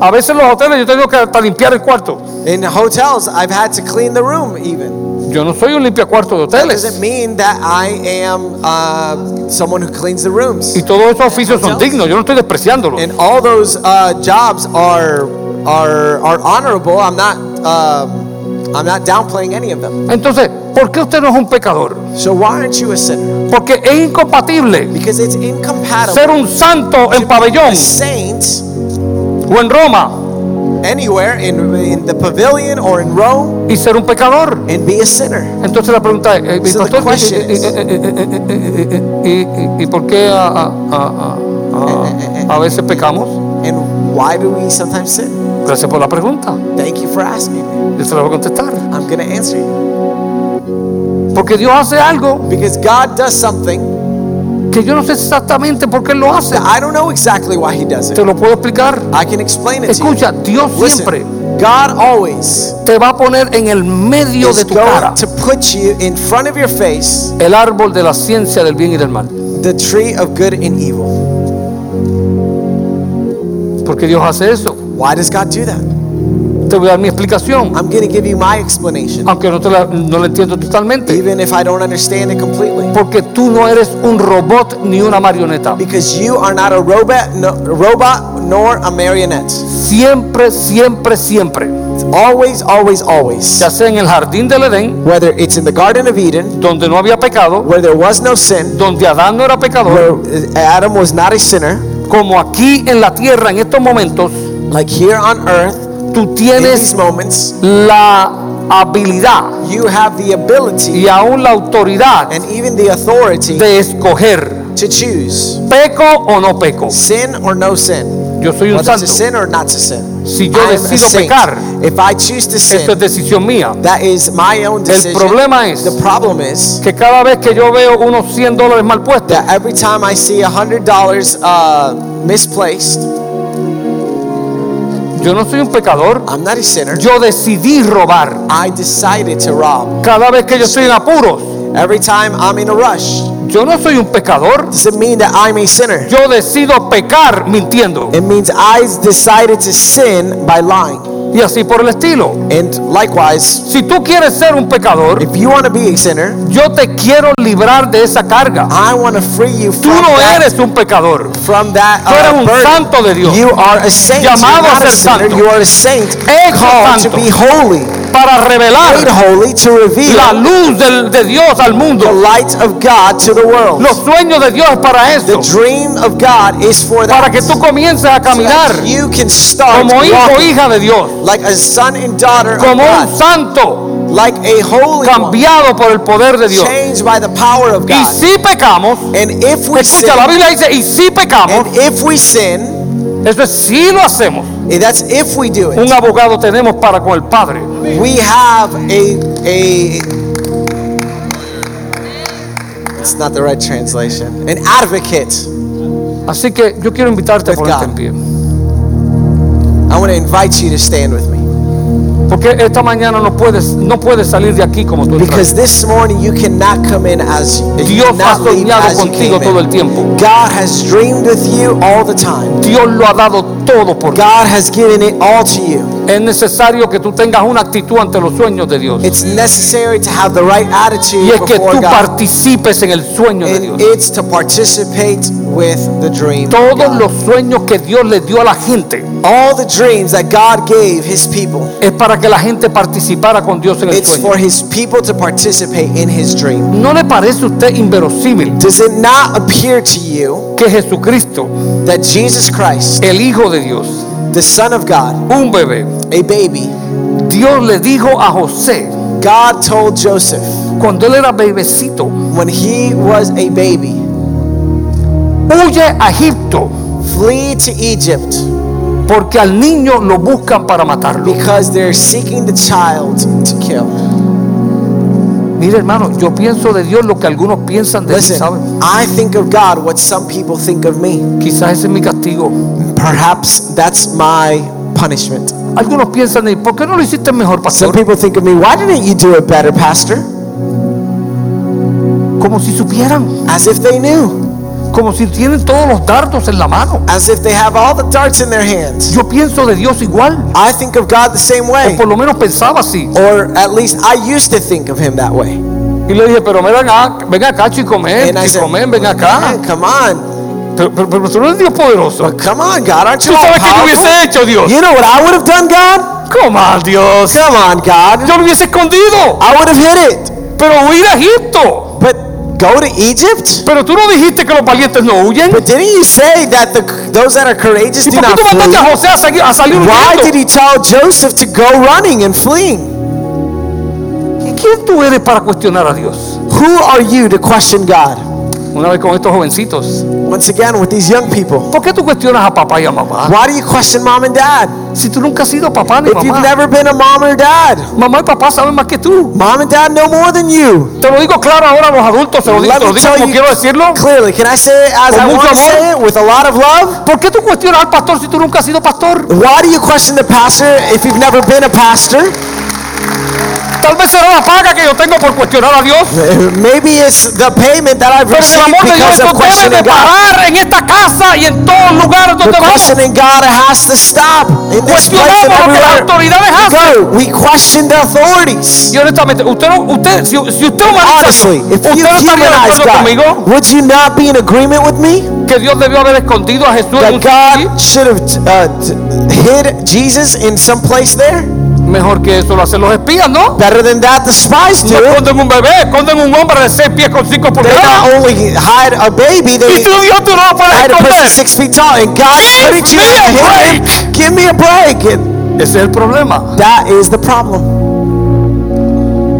A: A veces en los hoteles yo tengo que hasta limpiar el cuarto.
B: In hotels, I've had to clean the room even.
A: Yo no soy un limpiacuarto de
B: That
A: hoteles.
B: doesn't mean that I am uh, someone who cleans the rooms.
A: Y todos esos oficios son dignos. Yo no estoy despreciándolos.
B: And all those uh, jobs are are are honorable. I'm not um, I'm not downplaying any of them.
A: Entonces, ¿por qué usted no es un pecador?
B: So why aren't you a sinner?
A: Porque es incompatible
B: Because it's incompatible.
A: ser un santo en pabellón
B: A saint
A: o en Roma
B: anywhere in in the pavilion or in Rome
A: y ser un pecador.
B: and be a sinner.
A: Entonces la pregunta es, eh,
B: So the
A: pastor,
B: question
A: ¿y- y-
B: is-
A: y- y- y- y- y por qué a, a- a- a- a- a veces pecamos?
B: And why do we sometimes sin?
A: Gracias por la pregunta.
B: Thank you for asking me.
A: Yo se la voy a contestar.
B: I'm gonna answer you.
A: Porque Dios hace algo
B: Because God does something
A: que yo no sé exactamente por qué lo hace.
B: that I don't know exactly why He does
A: Te
B: it.
A: lo puedo explicar.
B: I can explain it to you.
A: Escucha, Dios siempre
B: Listen, God always
A: te va a poner en el medio de
B: is
A: tu cara
B: going to put you in front of your face
A: el árbol de la ciencia del bien y del mal.
B: the tree of good and evil.
A: ¿Por qué Dios hace eso?
B: Why does God do that?
A: Te voy a dar mi explicación,
B: I'm going to give you my explanation,
A: aunque no, te la, no la entiendo totalmente.
B: even if I don't understand it completely.
A: Porque tú no eres un robot ni una marioneta.
B: Because you are not a robot, no, robot nor a marionette.
A: Siempre, siempre, siempre.
B: It's always, always, always.
A: Ya sea en el jardín del Edén,
B: Whether it's in the Garden of Eden,
A: donde no había pecado,
B: where there was no sin,
A: donde Adán no era pecador,
B: where Adam was not a sinner,
A: como aquí en la tierra en estos momentos,
B: like here on earth,
A: tú
B: in these
A: tienes
B: moments,
A: la habilidad
B: you have the ability
A: y aún la autoridad
B: and even the authority
A: de escoger
B: to choose.
A: peco o no peco.
B: Sin or no sin.
A: Yo soy un
B: Whether
A: santo.
B: to sin or not to sin.
A: Si yo
B: I am a
A: decido
B: saint.
A: pecar,
B: if I choose to sin,
A: Esto es decisión mía.
B: that is my own decision.
A: problema es-
B: the problem is
A: Que cada vez que yo veo unos 100 dólares mal puestos,
B: that every time I see a hundred dollars uh, misplaced,
A: yo no soy un pecador.
B: I'm not a sinner.
A: Yo decidí robar.
B: I decided to rob.
A: Cada vez que yo estoy en apuros,
B: Every time I'm in a rush,
A: Yo no soy un pecador.
B: doesn't mean that I'm a sinner.
A: Yo decido pecar mintiendo.
B: It means I decided to sin by lying.
A: Y así por el estilo.
B: And likewise,
A: Si tú quieres ser un pecador,
B: if you want to be a sinner,
A: yo te quiero librar de esa carga.
B: I want to free you
A: Tú
B: from
A: no
B: that,
A: eres un pecador.
B: from that
A: Tú eres
B: uh,
A: un
B: burden.
A: santo de Dios.
B: You are a saint. You're
A: Llamado a
B: not
A: ser
B: a sinner.
A: santo.
B: You are a saint
A: Hecho
B: called to
A: santo.
B: be holy,
A: Para revelar
B: made holy to
A: la
B: reveal
A: luz del- de Dios al
B: the
A: mundo.
B: light of God to the world.
A: Los sueños de Dios es para eso.
B: The dream of God is for that.
A: Para que tú comiences a
B: So
A: caminar
B: that you can start
A: como hijo o
B: walking
A: hija de Dios.
B: like a son and daughter of
A: Como un
B: God,
A: santo
B: like a holy one,
A: cambiado por el poder de Dios.
B: changed by the power of
A: Y
B: God.
A: si pecamos,
B: And if we
A: escucha, la
B: sin,
A: Biblia dice, y si
B: and
A: pecamos,
B: if we sin,
A: eso es si lo hacemos.
B: and that's if we do it.
A: Un abogado tenemos para con el Padre.
B: We have a a. It's not the right translation. An advocate.
A: Así que yo quiero invitarte a
B: With
A: ponerte
B: God.
A: en pie.
B: I want to invite you to stand with me
A: Porque esta mañana no puedes, no puedes salir de aquí como tú entraste.
B: because this morning you cannot come in as you
A: Dios ha
B: cannot leave
A: soñado
B: as you
A: contigo
B: came
A: todo el
B: in.
A: tiempo.
B: God has dreamed with you all the time.
A: Dios lo ha dado todo por ti.
B: God has given it all to you.
A: Es necesario que tú tengas una actitud ante los sueños de Dios.
B: It's necessary to have the right attitude
A: Y es que
B: before
A: tú
B: God.
A: participes en el sueño de Dios.
B: And it's to participate with the dream. of
A: Todos
B: God.
A: los sueños que Dios le dio a la gente
B: All the dreams that God gave his people,
A: es para que la gente participara con Dios en el
B: it's
A: sueño.
B: for his people to participate in his dream.
A: ¿No le parece a usted inverosímil
B: Does it not appear to you
A: que Jesucristo,
B: that Jesus Christ,
A: el Hijo de Dios,
B: the Son of God,
A: un bebé,
B: a baby,
A: Dios le dijo a José
B: God told Joseph
A: cuando él era bebecito,
B: when he was a baby,
A: huye a Egipto
B: flee to Egypt
A: porque al niño lo buscan para matarlo.
B: because they're seeking the child to kill.
A: Mire hermano, yo pienso de Dios lo que algunos piensan de mí,
B: Listen,
A: ¿saben?
B: I think of God what some people think of me.
A: Quizás ese es mi castigo.
B: Perhaps that's my punishment.
A: Algunos piensan de mí, ¿por qué no lo hiciste mejor,
B: Some
A: pastor?
B: people think of me, why didn't you do it better, Pastor?
A: Como si supieran,
B: As if they knew,
A: como si tienen todos los dardos en la mano.
B: as if they have all the darts in their hands.
A: Yo pienso de Dios igual,
B: I think of God the same
A: o
B: way,
A: por lo menos pensaba así.
B: or at least I used to think of Him that way.
A: Y le dije, pero ven acá, ven acá, chico, men,
B: And I said,
A: chico, men, ven acá.
B: "Man, come on,
A: Pero, pero, pero tú eres Dios poderoso.
B: come on, God, aren't
A: Tú
B: you all
A: sabes que yo
B: powerful?
A: hubiese hecho, Dios.
B: You know what I would have done, God?
A: Come on, Dios.
B: Come on, God.
A: Yo me hubiese escondido.
B: I would have hit it.
A: Pero huir a Egipto.
B: But go to Egypt?
A: Pero tú no dijiste que los valientes no huyen.
B: But didn't you say that the, those that are courageous
A: ¿Y
B: do
A: por qué
B: not
A: tú mandaste a
B: flee?
A: José a, seguir- a salir
B: Why
A: huyendo?
B: did he tell Joseph to go running and fleeing?
A: ¿Y ¿Quién tú eres para cuestionar a Dios?
B: Who are you to question God?
A: Una vez con estos jovencitos.
B: Once again, with these young people.
A: ¿Por qué tú cuestionas a papá y a mamá?
B: Why do you question mom and dad?
A: Si tú nunca has sido papá ni
B: If you've
A: mamá.
B: never been a mom or dad,
A: Mamá y papá saben más que tú.
B: mom and dad know more than you.
A: Te lo digo claro ahora a los adultos. Se lo digo,
B: Let
A: te lo
B: me
A: digo
B: tell
A: como
B: you
A: quiero decirlo.
B: clearly. Can I say it as
A: Con
B: I
A: mucho
B: want to
A: amor.
B: say it with a lot of love?
A: ¿Por qué tú cuestionas al pastor si tú nunca has sido pastor?
B: Why do you question the pastor if you've never been a pastor?
A: Tal vez será la paga que yo tengo por cuestionar a Dios.
B: Maybe it's the payment that I've
A: Pero el
B: received
A: amor de Dios
B: because of
A: no debe de
B: questioning God.
A: parar en esta casa y en todos lugares
B: The
A: donde vamos.
B: questioning God has to stop in this place and
A: Cuestionamos lo que las
B: everywhere.
A: autoridades
B: we
A: hacen.
B: Go. We question the authorities.
A: Y honestamente, usted no, usted, si, si usted humaniza,
B: Honestly, Ah, if
A: usted
B: you
A: no estaría de
B: humanize
A: acuerdo
B: God,
A: conmigo
B: would you not be in agreement with me
A: que Dios debió haber escondido a Jesús en
B: that
A: un sitio?
B: God should have uh, t- hid Jesus in some place there?
A: Mejor que eso lo hacen los espías, ¿no?
B: Better than that, the spies do
A: No
B: it.
A: esconden un bebé, esconden un hombre de seis pies con cinco
B: They not
A: pulgadas.
B: only hide a baby,
A: Y
B: they
A: tú Dios tú no lo puedes
B: hide a person
A: esconder.
B: six feet tall. And God,
A: Give
B: couldn't you
A: me a break.
B: give me a break? And
A: Ese es el problema,
B: that is the problem.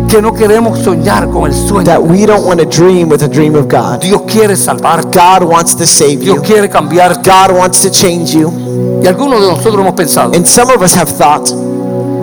A: que no queremos soñar con el sueño.
B: that we don't want to dream with a dream of God.
A: Dios quiere salvarte,
B: God wants to save
A: Dios
B: you.
A: quiere cambiarte.
B: God wants to change you.
A: Y algunos de nosotros hemos pensado,
B: And some of us have thought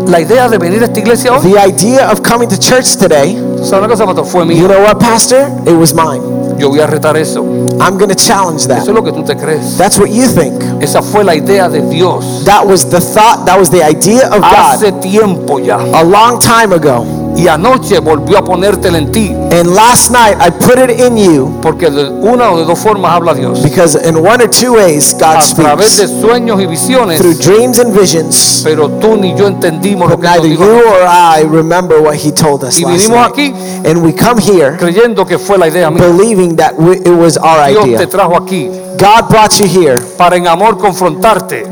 A: la idea de venir a esta iglesia hoy,
B: the idea of coming to church today,
A: ¿sabes una cosa, pastor? Fue mía.
B: you know what, Pastor? It was mine.
A: Yo voy a retar eso.
B: I'm going to challenge
A: Eso
B: that.
A: es lo que tú te crees.
B: That's what you think.
A: Esa fue la idea de Dios.
B: That was the thought, that was the idea of God
A: Hace tiempo ya.
B: a long time ago.
A: y anoche volvió a ponértela en ti,
B: And last night I put it in you
A: porque de una o de dos formas habla Dios.
B: because in one or two ways God
A: A través de
B: speaks
A: sueños y visiones,
B: through dreams and visions.
A: pero tú ni yo entendimos lo
B: But
A: que Dios
B: neither
A: dijo.
B: you or I remember what He told us
A: Y
B: last
A: vinimos
B: night.
A: aquí
B: And we come here
A: creyendo que fue la idea mía.
B: believing that we, it was our
A: Dios te
B: idea.
A: trajo aquí
B: God brought you here
A: para en amor confrontarte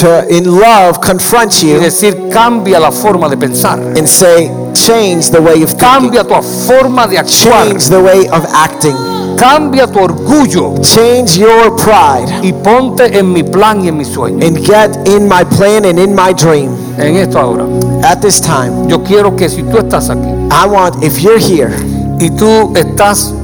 B: to, in love, confront
A: y
B: you
A: decir cambia la forma de pensar,
B: and say, change the way of thinking,
A: cambia tu forma de actuar,
B: change the way of acting,
A: cambia tu orgullo
B: change your pride,
A: y ponte en mi plan y en mi sueño.
B: and get in my plan and in my dream.
A: En esto ahora,
B: At this time,
A: yo quiero que si tú estás aquí
B: I want, if you're here
A: y tú estás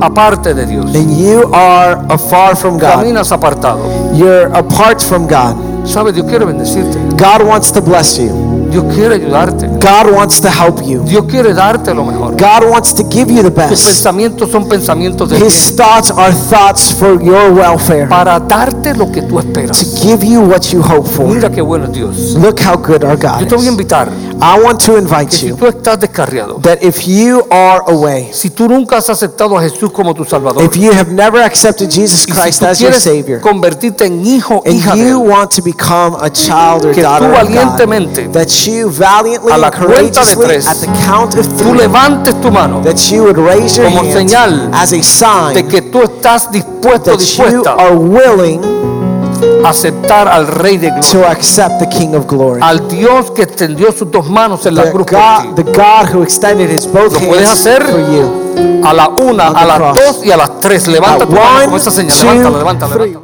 A: aparte de Dios,
B: and you are afar from God,
A: caminas apartado,
B: you're apart from God,
A: sabes, Dios quiere bendecirte,
B: God wants to bless you,
A: Dios quiere ayudarte,
B: God wants to help you,
A: Dios quiere darte lo mejor.
B: God wants to give you the
A: Tus
B: best.
A: pensamientos son pensamientos de
B: His thoughts are thoughts for your welfare,
A: para darte lo que tú
B: to
A: esperas.
B: give you what you hope for.
A: Mira qué bueno es Dios.
B: Look how good our
A: Yo
B: God
A: te voy a
B: is.
A: invitar
B: I want to
A: que
B: invite
A: si
B: you
A: tú estás descarriado,
B: that if you are away,
A: si tú nunca has aceptado a Jesús como tu Salvador,
B: if you have never accepted Jesus
A: y si
B: Christ
A: tú
B: as your
A: quieres
B: Savior,
A: convertirte en hijo,
B: and
A: hija de
B: you
A: Él,
B: want to become a child or
A: que tú
B: daughter of God,
A: valientemente,
B: that you valiantly
A: a la
B: and
A: cuenta de
B: courageously,
A: tres,
B: at the count of
A: tú
B: three,
A: levantes tu mano
B: that you would raise your
A: como
B: hand
A: señal
B: as a sign
A: de que tú estás dispuesto,
B: that you
A: dispuesta
B: are willing
A: a aceptar al Rey de Gloria,
B: to accept the King of Glory.
A: al Dios que extendió sus dos manos en la
B: The
A: cruz
B: God,
A: por
B: the
A: ti.
B: God who extended his both
A: Lo puedes
B: hands
A: hacer
B: for you.
A: a la una,
B: the
A: a las
B: cross.
A: dos y a las tres. Levanta
B: At
A: tu mano
B: one,
A: con esa señal.
B: two,
A: Levántala, levántala,
B: three.
A: levántala.